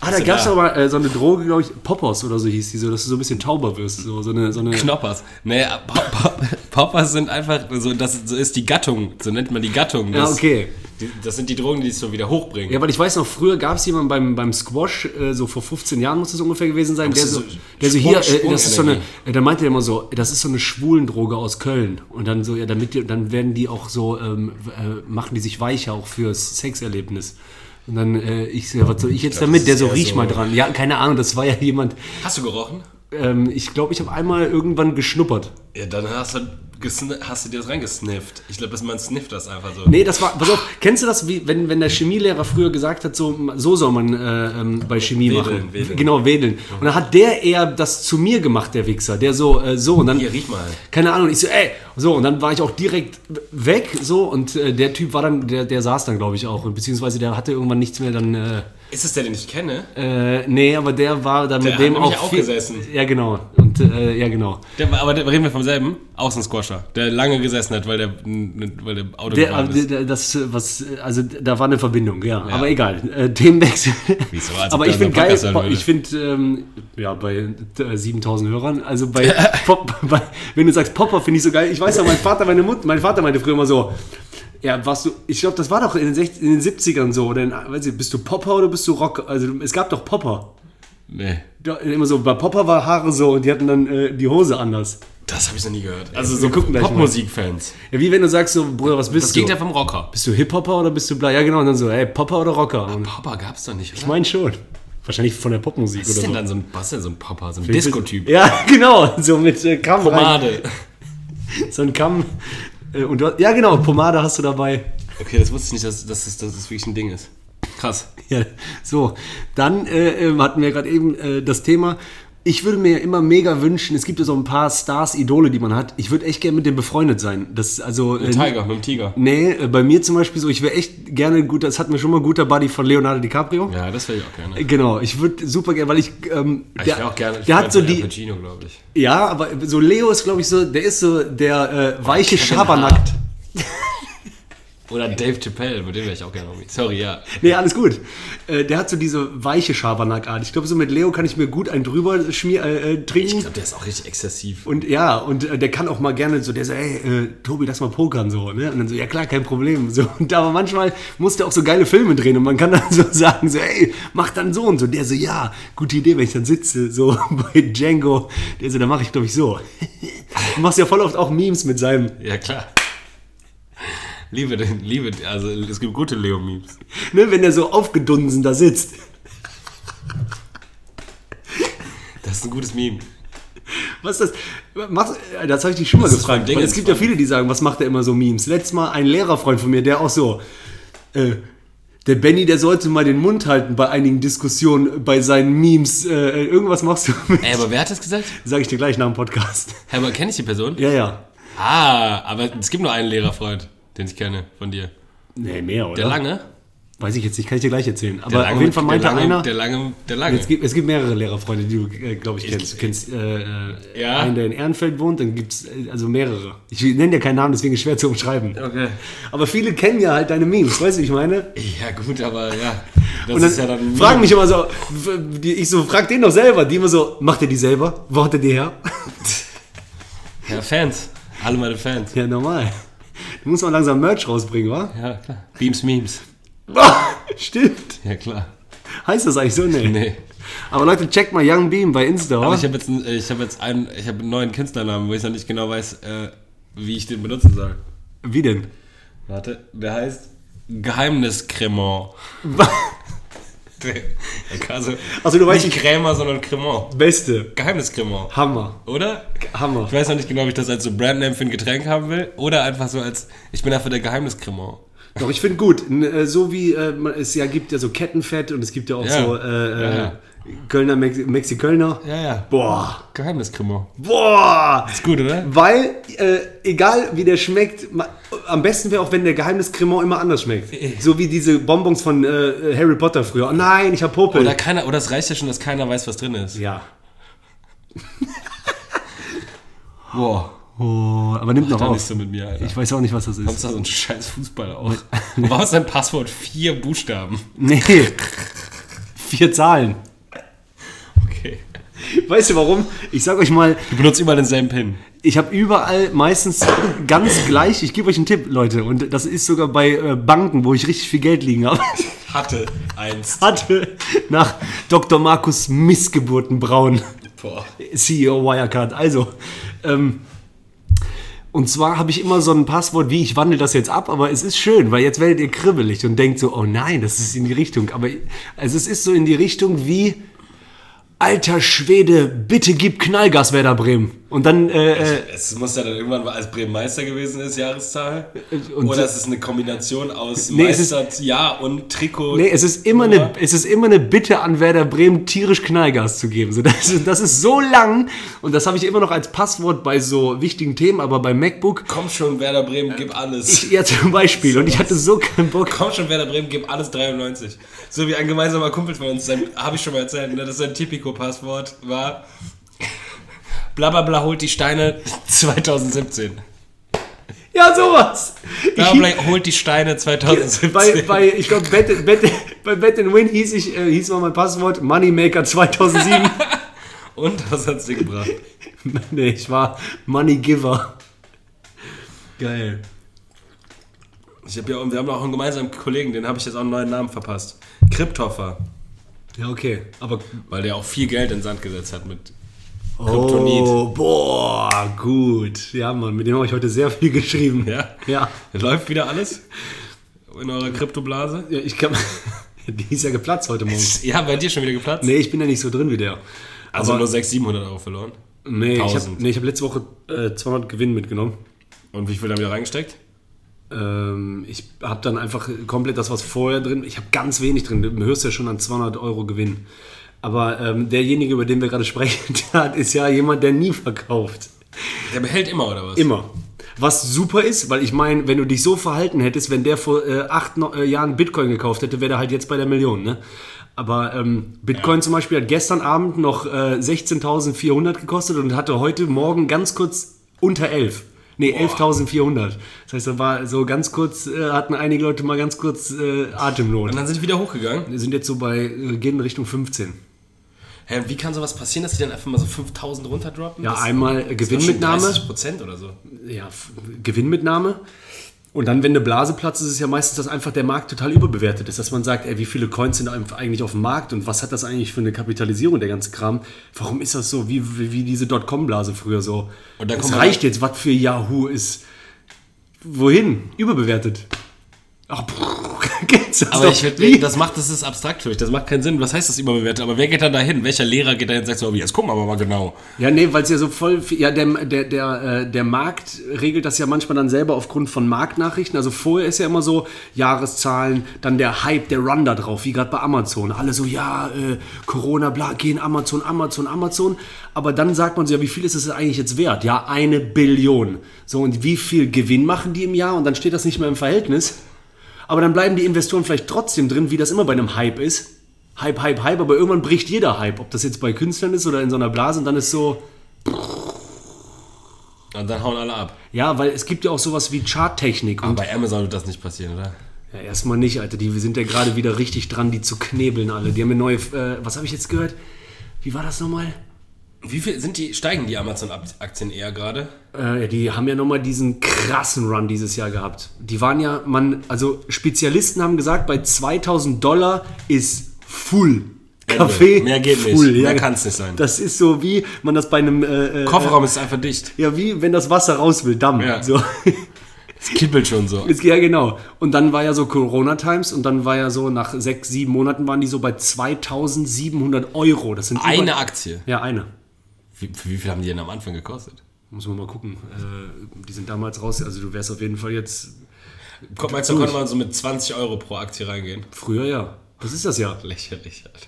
S1: Ah, da
S2: ist
S1: gab es
S2: da?
S1: aber mal äh, so eine Droge, glaube ich, Poppers oder so hieß die, so, dass du so ein bisschen tauber wirst. So, so eine, so eine
S2: Knoppers. Nee, Pop, Pop, Poppers sind einfach, so, das so ist die Gattung, so nennt man die Gattung.
S1: ja,
S2: Das,
S1: okay.
S2: die, das sind die Drogen, die es so wieder hochbringen.
S1: Ja, weil ich weiß noch, früher gab es jemanden beim, beim Squash, äh, so vor 15 Jahren muss das ungefähr gewesen sein, der
S2: ist
S1: so,
S2: so
S1: der so
S2: Sprung-
S1: hier, äh, das ist so eine,
S2: Sprungenergie.
S1: äh, da meinte er immer so, das ist so eine Schwulendroge aus Köln. Und dann so, ja, damit, die, dann werden die auch so, ähm, w- äh, machen die sich weicher auch fürs Sexerlebnis. Und dann, äh, ich so, ja, was soll ich jetzt damit?
S2: das
S1: Der
S2: ist
S1: so,
S2: eher
S1: riech
S2: so-
S1: mal dran. Ja, keine Ahnung, das war ja jemand,
S2: Hast du gerochen?
S1: ähm, ich glaube, ich habe einmal irgendwann geschnuppert.
S2: Ja, dann hast du, gesn- hast du dir das reingesnifft. Ich glaube, dass man snifft das einfach so.
S1: Nee, das war, pass auf, kennst du das, wie, wenn, wenn der Chemielehrer früher gesagt hat, so, so soll man äh, ähm, bei Chemie
S2: Wedeln,
S1: machen?
S2: wedeln.
S1: Genau, wedeln. Und dann hat der eher das zu mir gemacht, der Wichser, der so, äh, so und dann,
S2: Hier, riech mal.
S1: keine Ahnung, ich so, ey, so und dann war ich auch direkt weg, so und äh, der Typ war dann, der, der saß dann, glaube ich, auch und beziehungsweise der hatte irgendwann nichts mehr dann, äh,
S2: Ist es der, den ich kenne?
S1: äh, nee, aber der war dann mit
S2: Der hat
S1: dem
S2: nämlich
S1: auch,
S2: auch
S1: viel-
S2: gesessen.
S1: Ja, genau, und, äh, ja, genau.
S2: Der, war- aber der, reden wir vom selben? Außensquasher, der lange gesessen hat, weil der, weil der Auto
S1: Der,
S2: gebrannt ist.
S1: äh, das, äh, was, äh, also da war eine Verbindung, ja. Aber egal, äh, Themenwechsel.
S2: Wieso? Als ob
S1: Aber
S2: da
S1: ich
S2: so ein
S1: finde geil,
S2: Podcast sein
S1: bo-
S2: würde.
S1: ich finde, ähm, ja, bei äh, 7000 Hörern, also bei, Pop, bei wenn du sagst Popper, finde ich so geil. Ich weiß noch, mein Vater, meine Mutter, mein Vater meinte früher immer so, ja, warst du, ich glaube, das war doch in den, 60, in den 70ern so, oder in, weiß ich, bist du Popper oder bist du Rock? Also es gab doch Popper.
S2: Nee,
S1: Ja, Immer so, bei Popper war Haare so und die hatten dann äh, die Hose anders.
S2: das habe ich noch nie gehört. Also so
S1: wir gucken gleich mal.
S2: Popmusikfans.
S1: Ja, wie wenn du sagst so, Bruder, was bist
S2: Das
S1: du?
S2: Gegenteil vom Rocker.
S1: Bist du Hip-Hopper oder bist du bla? Ja, genau. Und dann so, ey, Popper oder Rocker? Und
S2: Popper gab's doch nicht, oder?
S1: Ich meine schon. Wahrscheinlich von der Popmusik
S2: was ist denn
S1: oder
S2: dann so ein, was ist denn so ein Popper, so ein
S1: so.
S2: Disco-Typ?
S1: Ja, genau. So mit äh, Kamm rein.
S2: Pomade.
S1: So ein Kamm. Äh, und du, hast- ja, genau. Pomade hast du dabei.
S2: Okay, das wusste ich nicht, dass, dass, das, dass das wirklich ein Ding ist. Krass.
S1: Ja, so. Dann äh, ähm, hatten wir gerade eben äh, das Thema. Ich würde mir immer mega wünschen, es gibt ja so ein paar Stars, Idole, die man hat. Ich würde echt gerne mit dem befreundet sein. Das also äh,
S2: Tiger, mit dem Tiger.
S1: Nee, äh, bei mir zum Beispiel so, ich wäre echt gerne ein guter, das hat mir schon mal ein guter Buddy von Leonardo DiCaprio.
S2: Ja, das wäre ich auch gerne.
S1: Genau, ich würde super gerne, weil ich, ähm,
S2: Ich
S1: der,
S2: wäre auch gerne.
S1: der hat so die,
S2: Pacino, glaube ich.
S1: Ja, aber so Leo ist, glaube ich, so, der ist so der äh, weiche Schabernack.
S2: Hart. Oder Dave Chappelle, mit dem wäre ich auch gerne. irgendwie. Sorry, ja.
S1: Nee, alles gut. Äh, der hat so diese weiche Schabernack-Art. Ich glaube, so mit Leo kann ich mir gut einen drüber schmier, äh, äh,
S2: Ich
S1: trinken.
S2: glaube, der ist auch richtig exzessiv.
S1: und ja, und äh, der kann auch mal gerne so, der so, ey, äh, Tobi, lass mal pokern, so, ne? Und dann so, ja klar, kein Problem. So, und aber manchmal muss der auch so geile Filme drehen und man kann dann so sagen, so, ey, mach dann so und so. Der so, ja, gute Idee, wenn ich dann sitze, so bei Django. Der so, da mache ich, glaube ich, so. du machst ja voll oft auch Memes mit seinem
S2: Ja, klar. Liebe, den- liebe, also es gibt gute Leo-Memes.
S1: Ne, wenn er so aufgedunsen da sitzt.
S2: Das ist ein gutes Meme.
S1: Was ist das? Machst, äh, das habe ich dich schon mal
S2: Das ist
S1: gefragt.
S2: vom Ding
S1: Weil es gibt ja
S2: entfernt.
S1: viele, die sagen, was macht er immer so Memes? Letztes Mal ein Lehrerfreund von mir, der auch so. Äh, der Benny, der sollte mal den Mund halten bei einigen Diskussionen, bei seinen Memes. Äh, irgendwas machst du mit.
S2: Ey, aber wer hat das gesagt?
S1: Sag ich dir gleich nach dem Podcast.
S2: Hä, aber kenne ich die Person?
S1: Ja, ja.
S2: Ah, aber es gibt nur einen Lehrerfreund, den ich kenne von dir.
S1: Nee, mehr, oder?
S2: Der Lange?
S1: Weiß ich jetzt nicht, kann ich dir gleich erzählen.
S2: Der
S1: Aber
S2: Lange
S1: auf jeden Fall
S2: mit-
S1: meinte
S2: der Lange,
S1: einer.
S2: Der Lange, der Lange.
S1: Es gibt, es gibt mehrere Lehrerfreunde, die du, äh, glaube ich, kennst. Du kennst äh, äh,
S2: Ja.
S1: einen, der in Ehrenfeld wohnt, dann gibt es äh, also mehrere. Ich nenne dir keinen Namen, deswegen ist es schwer zu umschreiben.
S2: Okay.
S1: Aber viele kennen ja halt deine Memes, weißt du, wie ich meine?
S2: Ja, gut, aber ja. Das
S1: Und dann,
S2: ist ja dann.
S1: fragen mich immer so, w- die- ich so, frag den doch selber. Die immer so, macht er die selber? Wo hat er die her?
S2: Ja, Fans. Alle meine Fans.
S1: Ja, normal. Du musst mal langsam Merch rausbringen, wa?
S2: Ja, klar. Beams, Memes.
S1: Stimmt.
S2: Ja, klar.
S1: Heißt das eigentlich so? Nee.
S2: Nee.
S1: Aber Leute, checkt mal Young Beam bei Insta, wa?
S2: Aber ich habe jetzt, einen- ich hab jetzt einen, ich hab einen neuen Künstlernamen, wo ich noch nicht genau weiß, äh, wie ich den benutzen soll.
S1: Wie denn?
S2: Warte, der heißt Geheimnis-Cremant. also,
S1: Also, du weißt,
S2: nicht Krämer, sondern Cremant.
S1: Beste.
S2: Geheimnis-Cremant.
S1: Hammer.
S2: Oder?
S1: Hammer.
S2: Ich weiß noch nicht genau, ob ich das als so Brandname für ein Getränk haben will oder einfach so als, ich bin einfach der Geheimnis-Cremant.
S1: Doch, ich finde gut. N- äh, So wie äh, man- es ja gibt ja so Kettenfett und es gibt ja auch
S2: Ja.
S1: so äh,
S2: Ja,
S1: äh,
S2: ja.
S1: Kölner, Mexi Mexi-Kölner.
S2: Ja, ja.
S1: Boah,
S2: Geheimniskrimo.
S1: boah.
S2: Ist gut, oder?
S1: Weil, äh, egal wie der schmeckt, ma- am besten wäre auch, wenn der Geheimniskrimon immer anders schmeckt. So wie diese Bonbons von äh, Harry Potter früher. Oh nein, ich hab Popel.
S2: Oder, keiner, oder es reicht ja schon, dass keiner weiß, was drin ist.
S1: ja.
S2: Wow.
S1: Oh, aber nimmt noch
S2: Da
S1: auf.
S2: bist du mit mir, Alter.
S1: Ich weiß auch nicht, was das ist.
S2: Kommst du da so ein scheiß Fußballer auch? Und warum ist dein Passwort vier Buchstaben?
S1: Nee. Vier Zahlen.
S2: Okay.
S1: Weißt du warum? Ich sag euch mal,
S2: Du benutzt überall denselben Pin.
S1: ich habe überall meistens ganz gleich. Ich gebe euch einen Tipp, Leute. Und das ist sogar bei äh, Banken, wo ich richtig viel Geld liegen habe.
S2: Hatte eins.
S1: Hatte nach Dr. Markus Missgeburten Braun,
S2: Boah.
S1: CEO Wirecard. Also, ähm, und zwar habe ich immer so ein Passwort, wie ich wandle das jetzt ab, aber es ist schön, weil jetzt werdet ihr kribbelig und denkt so, oh nein, das ist in die Richtung. Aber also es ist so in die Richtung wie, alter Schwede, bitte gib Knallgas, Werder Bremen. Und dann äh, äh,
S2: Es muss ja dann irgendwann, als Bremen Meister gewesen ist, Jahreszahl.
S1: und
S2: Oder es ist eine Kombination aus
S1: Nee, es ist-
S2: Meisterjahr und Trikot.
S1: Nee, es ist immer eine, es ist immer eine Bitte an Werder Bremen, tierisch Knallgas zu geben. So, das, ist- das ist so lang und das habe ich immer noch als Passwort bei so wichtigen Themen, aber beim MacBook.
S2: Komm schon, Werder Bremen, gib alles.
S1: Ich, ja, zum Beispiel. Und ich hatte so keinen Bock.
S2: Komm schon, Werder Bremen, gib alles 93. So wie ein gemeinsamer Kumpel von uns, habe ich schon mal erzählt, ne, dass sein Tipico-Passwort war. Blablabla holt die Steine 2017.
S1: Ja, sowas. Ich,
S2: Blablabla holt die Steine 2017.
S1: bei, bei, ich glaube, Bet, Bet, bei Bet and Win hieß, ich, äh, hieß mal mein Passwort Moneymaker 2007.
S2: Und was hat's dir gebracht?
S1: nee, ich war Money Giver. Geil.
S2: Ich hab ja, und wir haben auch einen gemeinsamen Kollegen, den habe ich jetzt auch einen neuen Namen verpasst. Kryptoffer,
S1: Ja, okay. Aber
S2: weil der auch viel Geld in den Sand gesetzt hat mit Kryptonit.
S1: Oh, boah, gut. Ja, Mann, mit dem habe ich heute sehr viel geschrieben.
S2: Ja?
S1: Ja.
S2: Läuft wieder alles in eurer Kryptoblase?
S1: ja ich kann. Die ist ja geplatzt heute Morgen.
S2: Ja, bei dir schon wieder geplatzt?
S1: Nee, ich bin ja nicht so drin wie der.
S2: also
S1: aber-
S2: nur 600, 700 Euro verloren.
S1: Nee, ich habe
S2: 1000.
S1: nee, ich hab letzte Woche äh, 200 Gewinn mitgenommen.
S2: Und wie viel haben wir reingesteckt?
S1: Ähm, ich habe dann einfach komplett das, was vorher drin Ich habe ganz wenig drin. Du hörst ja schon an 200 Euro Gewinn. Aber ähm, derjenige, über den wir gerade sprechen, der hat- ist ja jemand, der nie verkauft.
S2: Der behält immer, oder was?
S1: Immer. Was super ist, weil ich meine, wenn du dich so verhalten hättest, wenn der vor äh, acht no, äh, Jahren Bitcoin gekauft hätte, wäre der halt jetzt bei der Million. Ne? Aber ähm, Bitcoin zum Beispiel hat gestern Abend noch äh, 16.400 gekostet und hatte heute Morgen ganz kurz unter 11. Nee, 11.400. Das heißt, da war so ganz kurz, äh, hatten einige Leute mal ganz kurz äh, Atemnot.
S2: Und dann sind die wieder hochgegangen.
S1: Wir sind jetzt so bei, äh, gehen Richtung 15.
S2: Hä, wie kann sowas passieren, dass die dann einfach mal so 5000 runterdroppen?
S1: Ja,
S2: Das-
S1: einmal äh, Gewinnmitnahme.
S2: 30 Prozent oder so.
S1: ja, F- Gewinnmitnahme. Und dann, wenn eine Blase platzt, ist es ja meistens, dass einfach der Markt total überbewertet ist. Dass man sagt, ey, wie viele Coins sind einfach eigentlich auf dem Markt und was hat das eigentlich für eine Kapitalisierung, der ganze Kram? Warum ist das so, wie, wie, wie diese Dotcom-Blase früher so?
S2: Und dann
S1: es
S2: kommt man-
S1: reicht jetzt, was für Yahoo ist. Wohin? Überbewertet. Ach, pff, geht's das
S2: Aber
S1: doch
S2: ich
S1: wie?
S2: würde, das macht, das ist abstrakt für mich, das macht keinen Sinn. Was heißt das überbewertet? Aber wer geht dann dahin? Welcher Lehrer geht dahin und sagt so, oh, jetzt gucken wir aber mal genau.
S1: Ja, nee, weil es ja so voll. viel- Ja, der, der, der, äh, der Markt regelt das ja manchmal dann selber aufgrund von Marktnachrichten. Also vorher ist ja immer so Jahreszahlen, dann der Hype, der Run da drauf, wie gerade bei Amazon. Alle so, ja, äh, Corona, bla, gehen Amazon, Amazon, Amazon. Aber dann sagt man so, ja, wie viel ist es eigentlich jetzt wert? Ja, eine Billion. So, und wie viel Gewinn machen die im Jahr? Und dann steht das nicht mehr im Verhältnis. Aber dann bleiben die Investoren vielleicht trotzdem drin, wie das immer bei einem Hype ist. Hype, Hype, Hype, aber irgendwann bricht jeder Hype. Ob das jetzt bei Künstlern ist oder in so einer Blase und dann ist so,
S2: Und dann hauen alle ab.
S1: ja, weil es gibt ja auch sowas wie Charttechnik.
S2: Aber
S1: Und
S2: bei Amazon wird das nicht passieren, oder?
S1: ja, erstmal nicht, Alter. Die sind ja gerade wieder richtig dran, die zu knebeln alle. Die haben eine neue, äh, was habe ich jetzt gehört? Wie war das nochmal?
S2: Wie viel sind die, steigen die Amazon-Aktien eher gerade?
S1: Äh, ja, die haben ja nochmal diesen krassen Run dieses Jahr gehabt. Die waren ja, man, also Spezialisten haben gesagt, bei 2000 Dollar ist full. Kaffee,
S2: Mehr geht nicht.
S1: full,
S2: Mehr kann's nicht sein.
S1: Das ist so wie man das bei einem, äh, äh,
S2: Kofferraum ist einfach dicht.
S1: ja, wie wenn das Wasser raus will, Damm.
S2: Ja.
S1: So.
S2: Es kippelt schon so.
S1: Ist- Ja, genau. Und dann war ja so Corona-Times und dann war ja so, nach sechs, sieben Monaten waren die so bei 2700 Euro. Das sind über-
S2: Eine Aktie.
S1: Ja, eine.
S2: Wie, für wie viel haben die denn am Anfang gekostet?
S1: Muss man mal gucken. Äh, die sind damals raus. Also du wärst auf jeden Fall jetzt
S2: Guck, meinst du, da konnte man so mit 20 Euro pro Aktie reingehen?
S1: früher, ja. Das ist das ja.
S2: Lächerlich, Alter.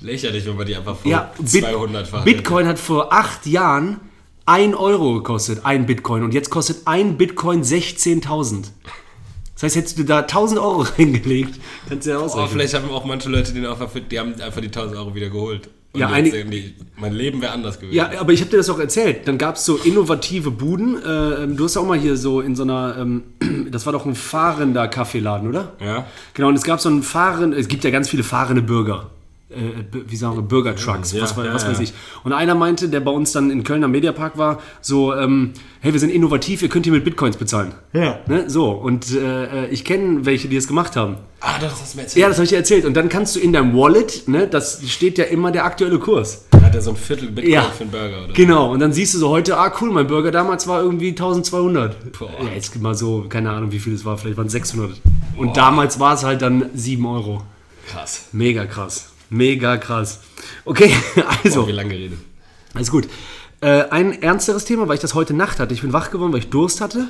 S2: Lächerlich, wenn man die einfach vor
S1: Ja, Bit
S2: 200 fahren.
S1: Bitcoin hat vor acht Jahren 1 Euro gekostet, ein Bitcoin. Und jetzt kostet ein Bitcoin 16.000. Das heißt, hättest du da 1000 Euro reingelegt, kannst du ja
S2: Aber
S1: ausrechnen.
S2: Oh, vielleicht haben auch manche Leute den einfach, für, die haben einfach die 1000 Euro wieder geholt. Und
S1: Ja,
S2: jetzt
S1: einige-
S2: sehen die, mein Leben wäre anders gewesen.
S1: Ja, aber ich habe dir das auch erzählt. Dann gab es so innovative Buden. Äh, ähm, du hast ja auch mal hier so in so einer, ähm, das war doch ein fahrender Kaffeeladen, oder?
S2: Ja.
S1: Genau, und es gab so einen fahrenden, es gibt ja ganz viele fahrende Bürger. Äh, b- wie sagen wir, Bürgertrucks,
S2: Ja,
S1: was,
S2: ja,
S1: was
S2: ja.
S1: weiß ich. Und einer meinte, der bei uns dann in Köln am Mediapark war, so, ähm, hey, wir sind innovativ, ihr könnt hier mit Bitcoins bezahlen.
S2: Ja.
S1: Ne? So, und äh, äh, ich kenne welche, die es gemacht haben.
S2: Ah, das hast du mir erzählt.
S1: Ja, das habe ich dir erzählt. Und dann kannst du in deinem Wallet, ne, das steht ja immer der aktuelle Kurs.
S2: Hat er so ein Viertel Bitcoin
S1: Ja.
S2: für einen Burger oder so.
S1: Genau, und dann siehst du so heute, ah cool, mein Burger damals war irgendwie 1200.
S2: Boah.
S1: Ja, jetzt gib mal so, keine Ahnung, wie viel es war, vielleicht waren es 600. Und damals war es halt dann 7 Euro.
S2: Krass.
S1: Mega krass. Mega krass. Okay, also,
S2: Boah, wie lange geredet.
S1: alles gut. Äh, ein ernsteres Thema, weil ich das heute Nacht hatte. Ich bin wach geworden, weil ich Durst hatte.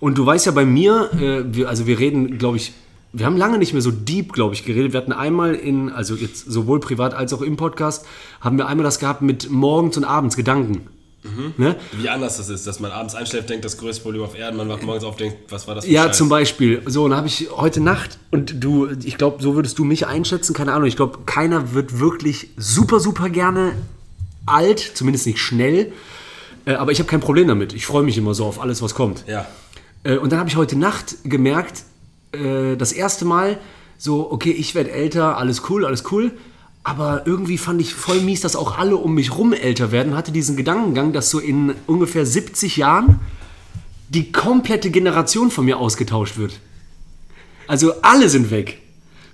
S1: Und du weißt ja bei mir, äh, wir, also wir reden, glaube ich, wir haben lange nicht mehr so deep, glaube ich, geredet. Wir hatten einmal in, also jetzt sowohl privat als auch im Podcast, haben wir einmal das gehabt mit morgens und abends Gedanken.
S2: Mhm.
S1: Ne?
S2: Wie anders das ist, dass man abends einschläft, denkt, das größte Problem auf Erden, man wacht morgens auf, denkt, was war das für
S1: Ja,
S2: Scheiß?
S1: zum Beispiel. So, und da habe ich heute Nacht, und du, ich glaube, so würdest du mich einschätzen, keine Ahnung, ich glaube, keiner wird wirklich super, super gerne alt, zumindest nicht schnell. Äh, Aber ich habe kein Problem damit. Ich freue mich immer so auf alles, was kommt.
S2: Ja.
S1: Äh, Und dann habe ich heute Nacht gemerkt, äh, das erste Mal, so, okay, ich werde älter, alles cool, alles cool. Aber irgendwie fand ich voll mies, dass auch alle um mich rum älter werden. Hatte diesen Gedankengang, dass so in ungefähr 70 Jahren die komplette Generation von mir ausgetauscht wird. Also alle sind weg.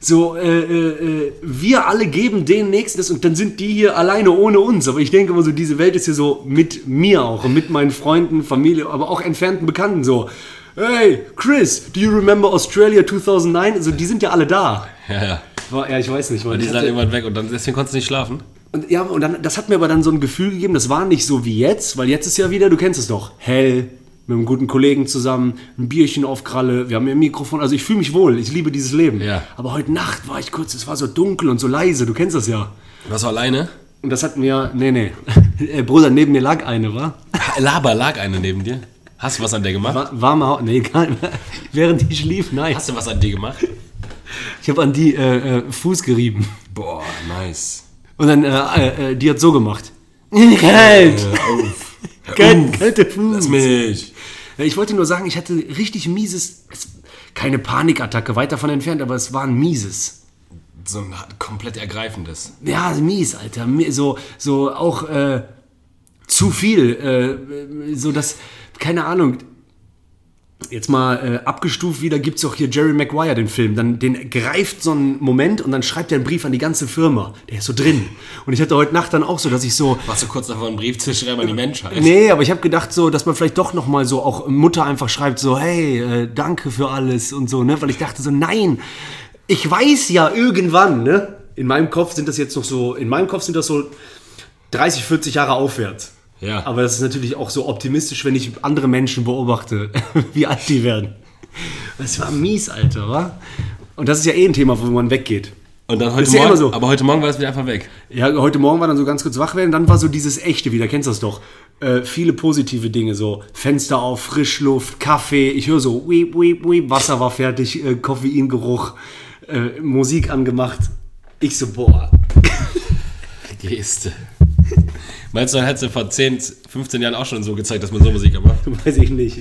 S1: So, äh, äh, äh, wir alle geben denen nächstes und dann sind die hier alleine ohne uns. Aber ich denke immer so, diese Welt ist hier so mit mir auch und mit meinen Freunden, Familie, aber auch entfernten Bekannten so. Hey, Chris, do you remember Australia 2009? Also die sind ja alle da.
S2: Ja, ja.
S1: War, ja, ich weiß nicht. Man,
S2: Die sind dann irgendwann weg und dann, deswegen konntest du nicht schlafen.
S1: und, ja, und dann, das hat mir aber dann so ein Gefühl gegeben, das war nicht so wie jetzt, weil jetzt ist ja wieder, du kennst es doch, hell, mit einem guten Kollegen zusammen, ein Bierchen auf Kralle, wir haben hier ein Mikrofon, also ich fühle mich wohl, ich liebe dieses Leben.
S2: Ja.
S1: Aber heute Nacht war ich kurz, es war so dunkel und so leise, du kennst das ja.
S2: Warst du alleine?
S1: Und das hat mir, nee, nee, Äh, Bruder, neben mir lag eine, war?
S2: Laber, lag eine neben dir. Hast du was an der gemacht?
S1: war warme Haut, nee, egal, während ich schlief, nein.
S2: Hast du was an dir gemacht?
S1: Ich habe an die äh, äh, Fuß gerieben
S2: Boah, nice.
S1: und dann, äh, äh, die hat so gemacht. Kalt,
S2: Auf.
S1: kalt, kalte Fuß.
S2: Lass mich.
S1: Ja, Ich wollte nur sagen, ich hatte richtig mieses, es- keine Panikattacke, weit davon entfernt, aber es war ein mieses.
S2: So ein komplett ergreifendes.
S1: Ja, mies, Alter. Mi- So, so auch äh, zu viel. Äh, so dass, keine Ahnung. Jetzt mal äh, abgestuft wieder gibt es auch hier Jerry Maguire den Film. Dann den greift so einen Moment und dann schreibt er einen Brief an die ganze Firma. Der ist so drin. Und ich hatte heute Nacht dann auch so, dass ich so,
S2: Warst du kurz davor, einen Brief zu schreiben an die Menschheit?
S1: Nee, aber ich habe gedacht so, dass man vielleicht doch noch mal so auch Mutter einfach schreibt so, hey, äh, danke für alles und so, ne, weil ich dachte so, nein, ich weiß ja irgendwann, ne? In meinem Kopf sind das jetzt noch so, in meinem Kopf sind das so 30, 40 Jahre aufwärts.
S2: Ja.
S1: Aber das ist natürlich auch so optimistisch, wenn ich andere Menschen beobachte, wie alt die werden. Das war mies, Alter, wa? Und das ist ja eh ein Thema, wo man weggeht.
S2: Und dann heute
S1: Ist ja
S2: Morgen,
S1: immer so.
S2: aber heute Morgen war es wieder einfach weg.
S1: Ja, heute Morgen war dann so ganz kurz wach werden, dann war so dieses echte wieder, kennst du das doch? Äh, viele positive Dinge, so Fenster auf, Frischluft, Kaffee, ich höre so, weep, weep, weep, Wasser war fertig, äh, Koffeingeruch, äh, Musik angemacht. Ich so, boah,
S2: Geste. Meinst du, dann hättest du vor 10, 15 Jahren auch schon so gezeigt, dass man so Musik macht?
S1: weiß ich nicht.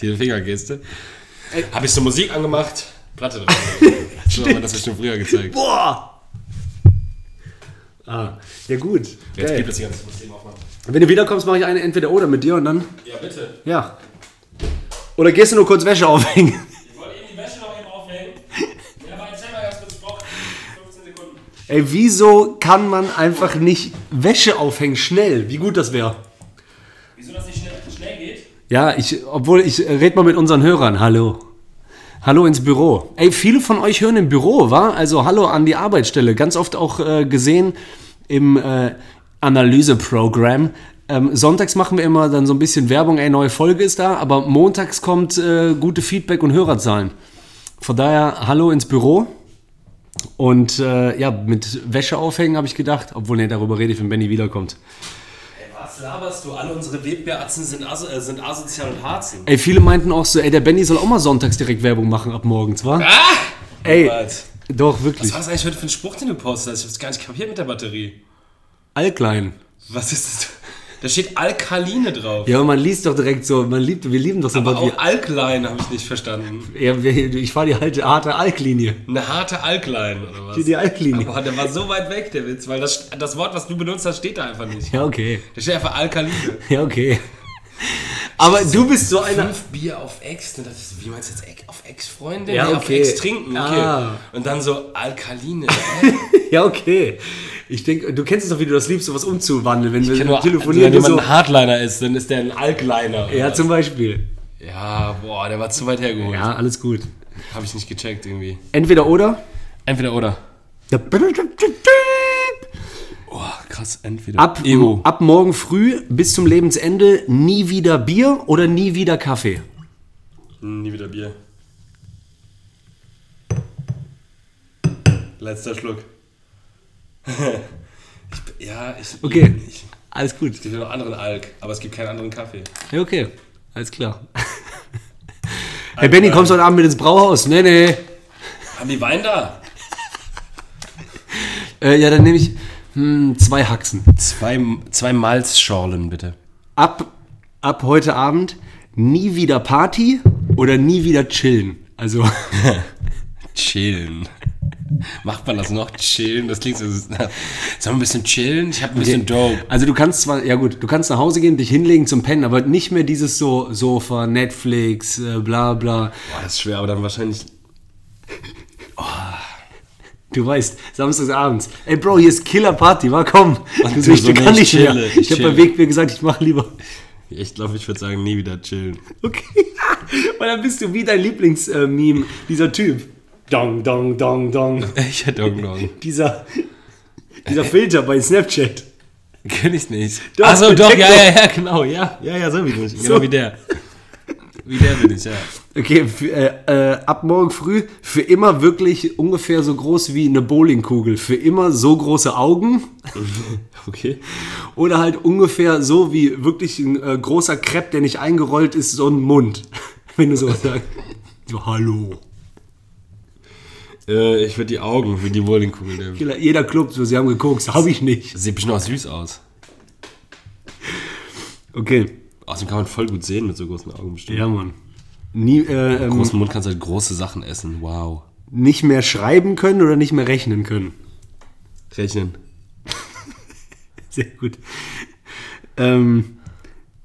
S2: Diese Fingergeste. Habe ich so Musik angemacht? Platte drauf. schon hat man das bestimmt früher gezeigt.
S1: Boah! Ah, ja gut.
S2: Jetzt gibt
S1: Geil.
S2: es die ganze Musik aufmachen.
S1: Wenn du wiederkommst, mache ich eine entweder oder mit dir und dann,
S2: Ja, bitte.
S1: ja. Oder gehst du nur kurz Wäsche aufhängen?
S2: Ich wollte eben die Wäsche noch eben aufhängen. Ja, aber erzähl mal ganz kurz, ich brauche 15 Sekunden.
S1: Ey, wieso kann man einfach nicht Wäsche aufhängen? Schnell, wie gut das wäre.
S2: Wieso das nicht schnell, schnell geht?
S1: Ja, ich, obwohl ich äh, red mal mit unseren Hörern. Hallo. Hallo ins Büro. Ey, viele von euch hören im Büro, wa? Also hallo an die Arbeitsstelle. Ganz oft auch äh, gesehen im äh, Analyseprogramm. Ähm, sonntags machen wir immer dann so ein bisschen Werbung, ey, neue Folge ist da, aber montags kommt äh, gute Feedback und Hörerzahlen. Von daher, hallo ins Büro. Und äh, ja, mit Wäsche aufhängen habe ich gedacht, obwohl, nee, darüber rede ich, wenn Benny wiederkommt.
S2: Ey, was laberst du? Alle unsere Webbäratzen sind, aso äh, sind asozial und harzen.
S1: Ey, viele meinten auch so, ey, der Benny soll auch mal sonntags direkt Werbung machen ab morgens, wa? Ah! Ey,
S2: Was
S1: doch, wirklich.
S2: war das eigentlich heute für ein Spruch, den du postest? Ich hab's gar nicht kapiert mit der Batterie.
S1: Allklein.
S2: Was ist das? Da steht Alkaline drauf.
S1: Ja, aber man liest doch direkt so, man liebt, wir lieben doch so
S2: Aber
S1: was wie.
S2: auch Alkline habe ich nicht verstanden.
S1: Ja, wir- ich fahre die alte, harte Alklinie.
S2: Eine harte Alkline oder was?
S1: Die- die Alkline.
S2: Aber der war so weit weg, der Witz, weil das, das Wort, was du benutzt hast, steht da einfach nicht.
S1: Ja, okay.
S2: Da steht einfach Alkaline.
S1: Ja, okay. Aber du bist so einer.
S2: Fünf Bier auf Ex, ne, das ist, wie meinst du jetzt, Ex- auf Ex-Freundin?
S1: Ja,
S2: Nee,
S1: okay.
S2: Auf Ex trinken, okay.
S1: Ah.
S2: Und dann so Alkaline.
S1: Ja, okay. Ich denke, du kennst es doch, wie du das liebst, sowas umzuwandeln, wenn wir
S2: wenn
S1: telefonieren. du
S2: jemand
S1: so,
S2: ein Hardliner ist, dann ist der ein Alkliner.
S1: ja, zum Beispiel.
S2: ja, boah, der war zu weit hergeholt.
S1: Ja, alles gut.
S2: Hab ich nicht gecheckt irgendwie.
S1: Entweder oder.
S2: Entweder oder. Oh, krass, entweder. E
S1: Ab,
S2: Ego.
S1: ab morgen früh bis zum Lebensende nie wieder Bier oder nie wieder Kaffee.
S2: Hm, Nie wieder Bier. Letzter Schluck. ich, b- ja, ich.
S1: Okay.
S2: Ich,
S1: Alles gut.
S2: ich will noch anderen Alk, aber es gibt keinen anderen Kaffee.
S1: Ja, okay. Alles klar. Herr Benny, kommst du heute Abend mit ins Brauhaus? Nee, nee.
S2: Haben die Wein da?
S1: Äh, ja, dann nehme ich hm, zwei Haxen.
S2: Zwei, zwei Malzschorlen, bitte.
S1: Ab, ab heute Abend nie wieder Party oder nie wieder chillen. Also,
S2: Chillen. Macht man das noch? Chillen? Das klingt so. Sollen wir ein bisschen chillen? Ich habe ein bisschen Dope.
S1: also du kannst zwar, ja gut, du kannst nach Hause gehen, dich hinlegen zum Pennen, aber nicht mehr dieses so Sofa, Netflix, äh, bla bla.
S2: Boah, das ist schwer, aber dann wahrscheinlich.
S1: Du weißt, samstagsabends, ey Bro, hier ist Killer Party, wa komm.
S2: Und
S1: Du
S2: du
S1: sagst,
S2: so,
S1: ich kann
S2: nee,
S1: nicht
S2: ich
S1: mehr.
S2: chille, ich
S1: Ich habe beim
S2: chille.
S1: Weg mir gesagt, ich mache lieber.
S2: Ich glaube, ich würde sagen, nie wieder chillen.
S1: Okay. Weil dann bist du wie dein Lieblingsmeme, dieser Typ. Dong, dong, dong, dong.
S2: Ich hätte irgendwann.
S1: Dieser, dieser Filter bei Snapchat.
S2: Kenn ich nicht.
S1: Doch,
S2: Ach so, doch,
S1: Detektor.
S2: ja, ja, ja, genau, ja. Ja, ja, so bin ich. Genau
S1: So.
S2: wie der. Wie der bin ich, ja.
S1: Okay, f- äh, äh, ab morgen früh für immer wirklich ungefähr so groß wie eine Bowlingkugel. Für immer so große Augen
S2: Okay.
S1: oder halt ungefähr so wie wirklich ein äh, großer Crepe, der nicht eingerollt ist, so ein Mund. Wenn du sowas sagst. So, hallo.
S2: Äh, ich würde die Augen wie die Bowlingkugel nehmen.
S1: Jeder- Jeder Club, so, sie haben gekokst, habe ich nicht.
S2: Das sieht bestimmt auch süß aus.
S1: Okay,
S2: Außerdem kann man voll gut sehen mit so großen Augen bestimmt.
S1: ja, Mann. Nie, äh, ähm,
S2: Mit großem Mund kannst du halt große Sachen essen. Wow.
S1: nicht mehr schreiben können oder nicht mehr rechnen können.
S2: Rechnen.
S1: Sehr gut. Ähm,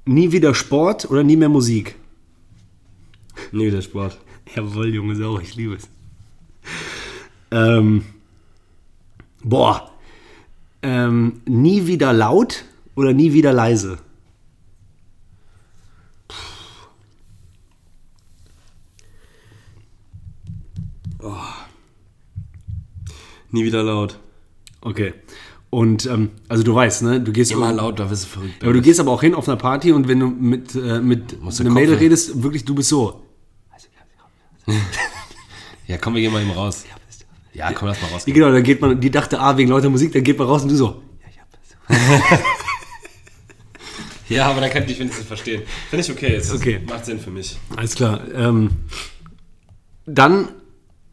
S1: nie wieder Sport oder nie mehr Musik?
S2: Nie wieder Sport.
S1: Jawohl, Junge Sau, ich liebe es. Ähm, boah. Ähm, nie wieder laut oder nie wieder leise?
S2: Nie wieder laut.
S1: Okay. Und ähm, also du weißt, ne? Du gehst
S2: Immer laut, da bist du verrückt.
S1: Aber du gehst aber auch hin auf einer Party und wenn du mit, äh, mit
S2: du
S1: einem Mädel
S2: kochen.
S1: redest, wirklich, du bist so.
S2: Ja, komm, wir gehen mal eben raus. Ja, komm, lass mal raus.
S1: Ja, Genau, dann geht man, die dachte, ah, wegen lauter Musik, dann geht man raus und du so.
S2: Ja, aber dann kann ich dich wenigstens verstehen. Finde ich okay. Es
S1: Okay.
S2: Macht Sinn für mich.
S1: Alles klar. Ähm, dann,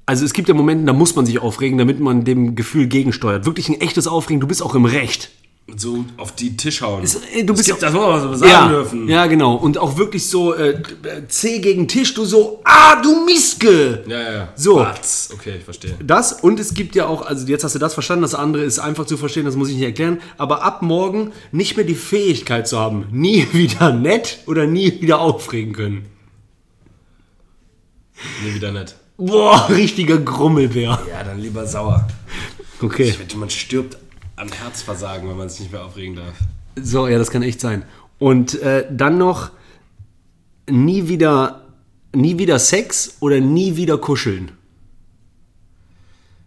S1: also es gibt ja Momente, da muss man sich aufregen, damit man dem Gefühl gegensteuert. Wirklich ein echtes Aufregen, du bist auch im Recht.
S2: So auf die Tisch hauen.
S1: äh, du
S2: es
S1: bist
S2: gibt
S1: ja-
S2: das, was wir sagen dürfen.
S1: ja, genau. Und auch wirklich so äh, C gegen Tisch, du so, ah, du Miske!
S2: Ja, ja, ja.
S1: So.
S2: Batz. Okay, ich verstehe.
S1: Das und es gibt ja auch, also jetzt hast du das verstanden, das andere ist einfach zu verstehen, das muss ich nicht erklären, aber ab morgen nicht mehr die Fähigkeit zu haben, nie wieder nett oder nie wieder aufregen können.
S2: Nee, wieder nicht.
S1: Boah, richtiger Grummelbär.
S2: Ja, dann lieber sauer.
S1: Okay.
S2: Ich wette, man stirbt an Herzversagen, wenn man sich nicht mehr aufregen darf.
S1: So, ja, das kann echt sein. Und äh, dann noch nie wieder, nie wieder Sex oder nie wieder kuscheln.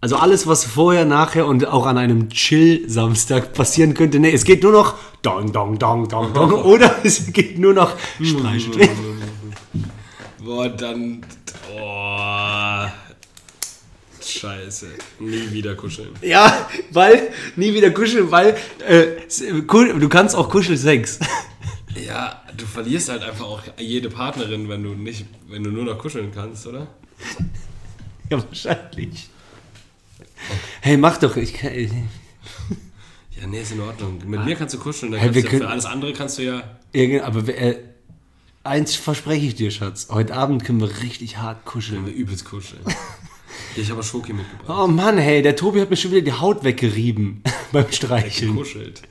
S1: Also alles, was vorher, nachher und auch an einem Chill-Samstag passieren könnte. Nee, es geht nur noch dong, dong, dong, dong, dong. Oder es geht nur noch streicheln.
S2: Boah, dann. Oh. Scheiße. Nie wieder kuscheln.
S1: Ja, weil, nie wieder kuscheln, weil äh, ku- du kannst auch Kuschelsex.
S2: Ja, du verlierst halt einfach auch jede Partnerin, wenn du nicht, wenn du nur noch kuscheln kannst, oder?
S1: Ja, wahrscheinlich. Hey, mach doch. Ich kann,
S2: Ja, nee, ist in Ordnung. Mit mir kannst du kuscheln, dann
S1: Hey,
S2: kannst
S1: wir
S2: du für
S1: können-
S2: alles andere kannst du ja.
S1: Irgend- aber äh, eins verspreche ich dir, Schatz. Heute Abend können wir richtig hart kuscheln.
S2: Können wir übelst kuscheln. ich habe Schoki mitgebracht.
S1: Oh Mann, hey, der Tobi hat mir schon wieder die Haut weggerieben beim Streicheln.
S2: Gekuschelt.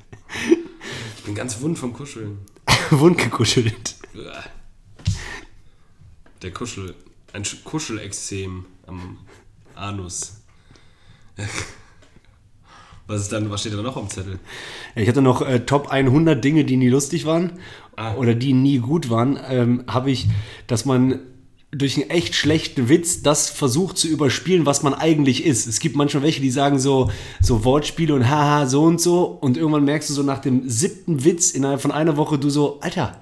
S2: Ich bin ganz wund vom Kuscheln.
S1: Wund gekuschelt.
S2: Uah. Der Kuschel. Ein Sch- Kuschelexem am Anus. Was ist dann, was steht da noch am Zettel?
S1: Ich hatte noch äh, Top 100 Dinge, die nie lustig waren
S2: Ah.
S1: oder die nie gut waren. Ähm, Habe ich, dass man durch einen echt schlechten Witz das versucht zu überspielen, was man eigentlich ist. Es gibt manchmal welche, die sagen so, so Wortspiele und haha, so und so. Und irgendwann merkst du so nach dem siebten Witz innerhalb von einer Woche, du so, Alter,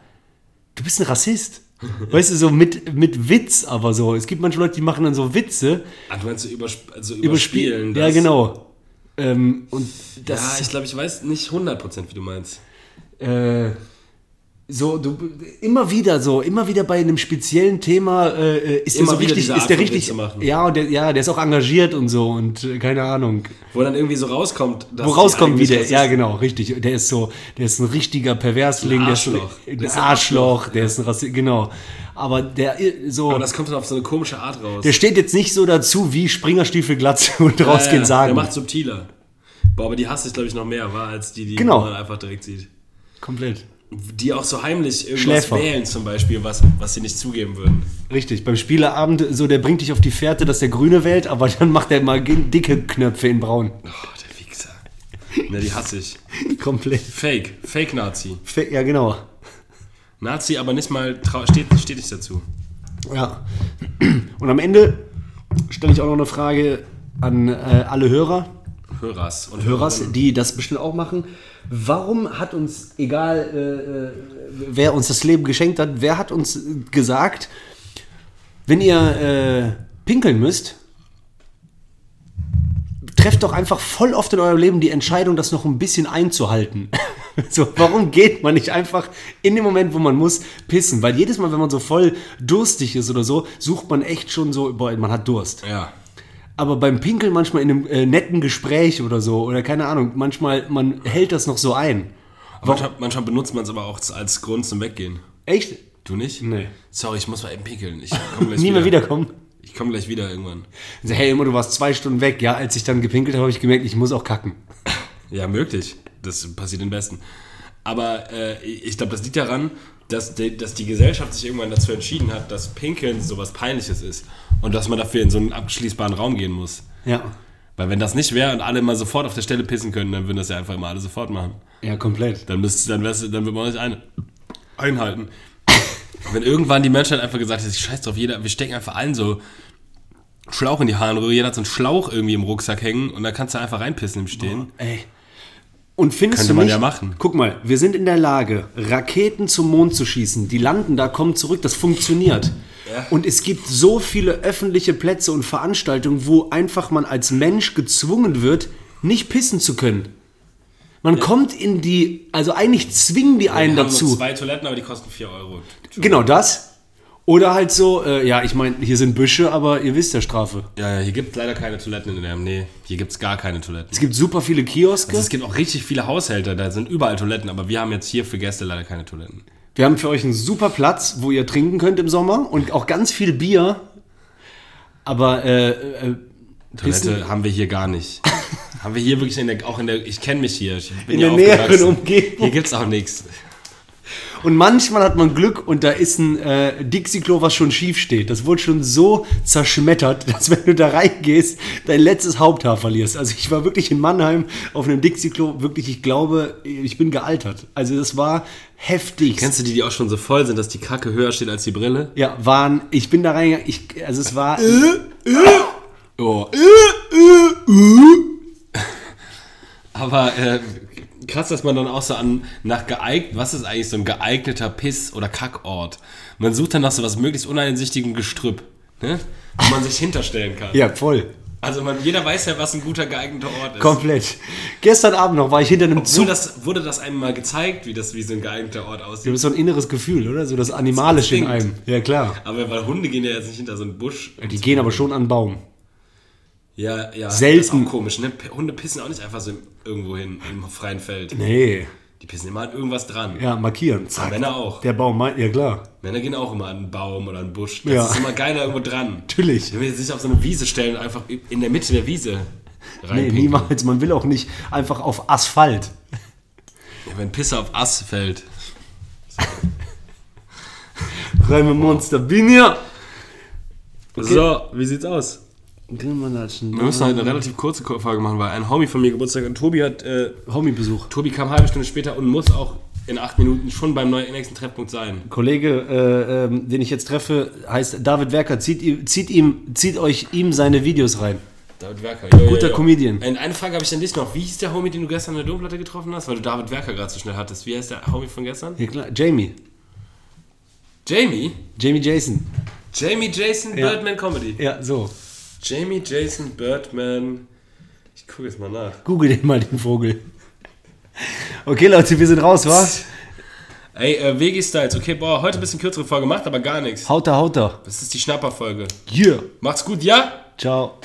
S1: du bist ein Rassist. Weißt du, so mit, mit Witz aber so. Es gibt manche Leute, die machen dann so Witze.
S2: Ah, du meinst so übersp also
S1: Überspielen.
S2: überspielen?
S1: Ja,
S2: das-
S1: genau. Ähm, und
S2: Ja,
S1: das
S2: ich glaube, ich weiß nicht 100% wie du meinst.
S1: äh, so, du immer wieder so, immer wieder bei einem speziellen Thema äh, ist
S2: Immer
S1: der so
S2: wieder
S1: richtig,
S2: diese
S1: ist
S2: Art
S1: der
S2: von
S1: richtig,
S2: Witze machen.
S1: ja, und der, ja, der ist auch engagiert und so und äh, keine Ahnung,
S2: Wo dann irgendwie so rauskommt, dass
S1: wo rauskommt
S2: die
S1: wie
S2: eigentlich
S1: der,
S2: was
S1: ja
S2: ist.
S1: genau, richtig, der ist so, der ist ein richtiger Perversling,
S2: Ein
S1: der ist ein
S2: Arschloch.
S1: ein
S2: Der ist ein
S1: Arschloch, der ist ein Rassist, genau, aber der äh, so,
S2: Aber Oh, das kommt dann auf so eine komische Art raus.
S1: der steht jetzt nicht so dazu wie Springerstiefel glatt und rausgehen sagen,
S2: Der macht subtiler. Boah, aber die hasse ich, glaube ich, noch mehr, war, als die, die
S1: Genau.
S2: man einfach direkt sieht.
S1: komplett,
S2: Die auch so heimlich irgendwas
S1: Schläfer.
S2: wählen zum Beispiel, was, was sie nicht zugeben würden.
S1: richtig, beim Spieleabend so, der bringt dich auf die Fährte, dass der Grüne wählt, aber dann macht er mal ge- dicke Knöpfe in Braun,
S2: Oh, der Wichser. Ne, die hasse ich.
S1: komplett.
S2: Fake. Fake-Nazi.
S1: Fe- Ja, genau.
S2: Nazi, aber nicht mal, trau- steht, steht nicht dazu.
S1: Ja. Und am Ende stelle ich auch noch eine Frage an äh, alle Hörer,
S2: Hörers und
S1: Hörers, die das bestimmt auch machen. Warum hat uns, egal äh, äh, wer uns das Leben geschenkt hat, wer hat uns gesagt, wenn ihr äh, pinkeln müsst, trefft doch einfach voll oft in eurem Leben die Entscheidung, das noch ein bisschen einzuhalten. So, warum geht man nicht einfach in dem Moment, wo man muss, pissen? Weil jedes Mal, wenn man so voll durstig ist oder so, sucht man echt schon so, boah, man hat Durst.
S2: Ja.
S1: Aber beim Pinkeln manchmal in einem äh, netten Gespräch oder so, oder keine Ahnung, manchmal, man hält das noch so ein.
S2: Manchmal, manchmal benutzt man es aber auch als Grund zum Weggehen.
S1: Echt?
S2: Du nicht?
S1: Nee.
S2: Sorry, ich muss mal eben pickeln. Ich komm gleich
S1: Nie mehr wiederkommen.
S2: Ich komme gleich wieder irgendwann.
S1: So, hey, immer, du warst zwei Stunden weg. Ja, als ich dann gepinkelt habe, habe ich gemerkt, ich muss auch kacken.
S2: Ja, möglich. Das passiert den Besten. Aber äh, ich glaube, das liegt daran, dass die, dass die Gesellschaft sich irgendwann dazu entschieden hat, dass Pinkeln sowas Peinliches ist. Und dass man dafür in so einen abschließbaren Raum gehen muss.
S1: Ja.
S2: Weil wenn das nicht wäre und alle mal sofort auf der Stelle pissen können, dann würden das ja einfach immer alle sofort machen.
S1: Ja, komplett.
S2: Dann, müsst, dann, wär's, dann würde man euch ein, einhalten. Wenn irgendwann die Menschheit einfach gesagt hat, scheiß drauf, jeder, wir stecken einfach allen so Schlauch in die Harnröhre, jeder hat so einen Schlauch irgendwie im Rucksack hängen und dann kannst du einfach reinpissen im Stehen.
S1: Ey. Und findest
S2: Könnte
S1: du
S2: man
S1: nicht,
S2: ja machen.
S1: Guck mal, wir sind in der Lage, Raketen zum Mond zu schießen. Die landen da, kommen zurück. Das funktioniert. Und es gibt so viele öffentliche Plätze und Veranstaltungen, wo einfach man als Mensch gezwungen wird, nicht pissen zu können. Man kommt in die, also eigentlich zwingen die einen
S2: Wir haben nur
S1: dazu.
S2: zwei Toiletten, aber die kosten 4 Euro.
S1: Genau das. Oder halt so, äh, ja, ich meine, hier sind Büsche, aber ihr wisst ja Strafe.
S2: Ja, ja, hier gibt es leider keine Toiletten in der Nee, hier gibt es gar keine Toiletten.
S1: Es gibt super viele Kioske.
S2: Also es gibt auch richtig viele Haushälter, da sind überall Toiletten, aber wir haben jetzt hier für Gäste leider keine Toiletten.
S1: Wir haben für euch einen super Platz, wo ihr trinken könnt im Sommer und auch ganz viel Bier. Aber äh, äh,
S2: Toilette
S1: Pissen-
S2: haben wir hier gar nicht. haben wir hier wirklich in der, auch in der, ich kenne mich hier, ich
S1: in
S2: bin hier
S1: der näheren
S2: aufgewachsen. Hier
S1: Umgebung.
S2: gibt's auch nichts.
S1: Und manchmal hat man Glück und da ist ein äh, Dixie-Klo, was schon schief steht. Das wurde schon so zerschmettert, dass wenn du da reingehst, dein letztes Haupthaar verlierst. Also ich war wirklich in Mannheim auf einem Dixie-Klo, wirklich, ich glaube, ich bin gealtert. Also das war heftig.
S2: Kennst du die, die auch schon so voll sind, dass die Kacke höher steht als die Brille?
S1: Ja, waren, ich bin da reingegangen, ich, also es war...
S2: Äh? Oh. Aber äh, krass, dass man dann auch so an nach geeignet, was ist eigentlich so ein geeigneter Piss- oder Kackort? Man sucht dann nach so was möglichst uneinsichtigem Gestrüpp, ne? Wo man sich hinterstellen kann.
S1: Ja, voll.
S2: Also man, jeder weiß ja, was ein guter geeigneter Ort ist.
S1: Komplett. Gestern Abend noch war ich hinter einem
S2: So,
S1: Zug.
S2: das, wurde das einem mal gezeigt, wie, das, wie so ein geeigneter Ort
S1: Du
S2: aussieht?
S1: hast so ein inneres Gefühl, oder? So das Animalische in einem.
S2: Instinkt.
S1: Ja, klar.
S2: Aber weil Hunde gehen ja jetzt nicht hinter so einen Busch.
S1: Die gehen aber schon an den Baum.
S2: Ja, ja.
S1: Selten.
S2: Das ist auch komisch, ne? P- Hunde pissen auch nicht einfach so im- irgendwo hin, im freien Feld.
S1: Nee.
S2: Die pissen immer an irgendwas dran.
S1: Ja, markieren. Zack.
S2: Männer auch.
S1: Der Baum meint, ja klar.
S2: Männer gehen auch immer an einen Baum oder einen Busch. Das
S1: Ja.
S2: ist immer geiler irgendwo dran.
S1: Natürlich.
S2: Wenn wir jetzt nicht auf so eine Wiese stellen und einfach in der Mitte der Wiese
S1: Nee,
S2: reinpinkeln.
S1: niemals. Man will auch nicht einfach auf Asphalt.
S2: Ja, wenn Pisse auf Ass fällt.
S1: Reime Monster, bin ja.
S2: So, wie sieht's aus? Wir
S1: Grimmandatschen.
S2: müssen halt eine relativ kurze Folge machen, weil ein Homie von mir Geburtstag und Tobi hat. Äh,
S1: Homiebesuch.
S2: Tobi kam eine halbe Stunde später und muss auch in acht Minuten schon beim neu- nächsten Treffpunkt sein.
S1: Kollege, äh, ähm, den ich jetzt treffe, heißt David Werker. Zieht, ihm- zieht, ihm, zieht euch ihm seine Videos rein.
S2: David Werker. Jo, jo,
S1: Guter
S2: jo.
S1: Comedian.
S2: Und eine Frage habe ich an dich noch. Wie hieß der Homie, den du gestern an der Domplatte getroffen hast? Weil du David Werker gerade so schnell hattest. Wie heißt der Homie von gestern?
S1: Ja, klar. Jamie.
S2: Jamie?
S1: Jamie Jason.
S2: Jamie Jason
S1: Ja.
S2: Birdman Comedy.
S1: Ja, so.
S2: Jamie Jason Birdman. Ich gucke jetzt mal nach.
S1: Google den mal, den Vogel. Okay, Leute, wir sind raus, wa?
S2: Ey, äh, WG Styles. Okay, boah, heute ein bisschen kürzere Folge, macht aber gar nichts.
S1: Hauter, hauter.
S2: Das ist die Schnapperfolge.
S1: Yeah.
S2: Macht's gut, ja?
S1: Ciao.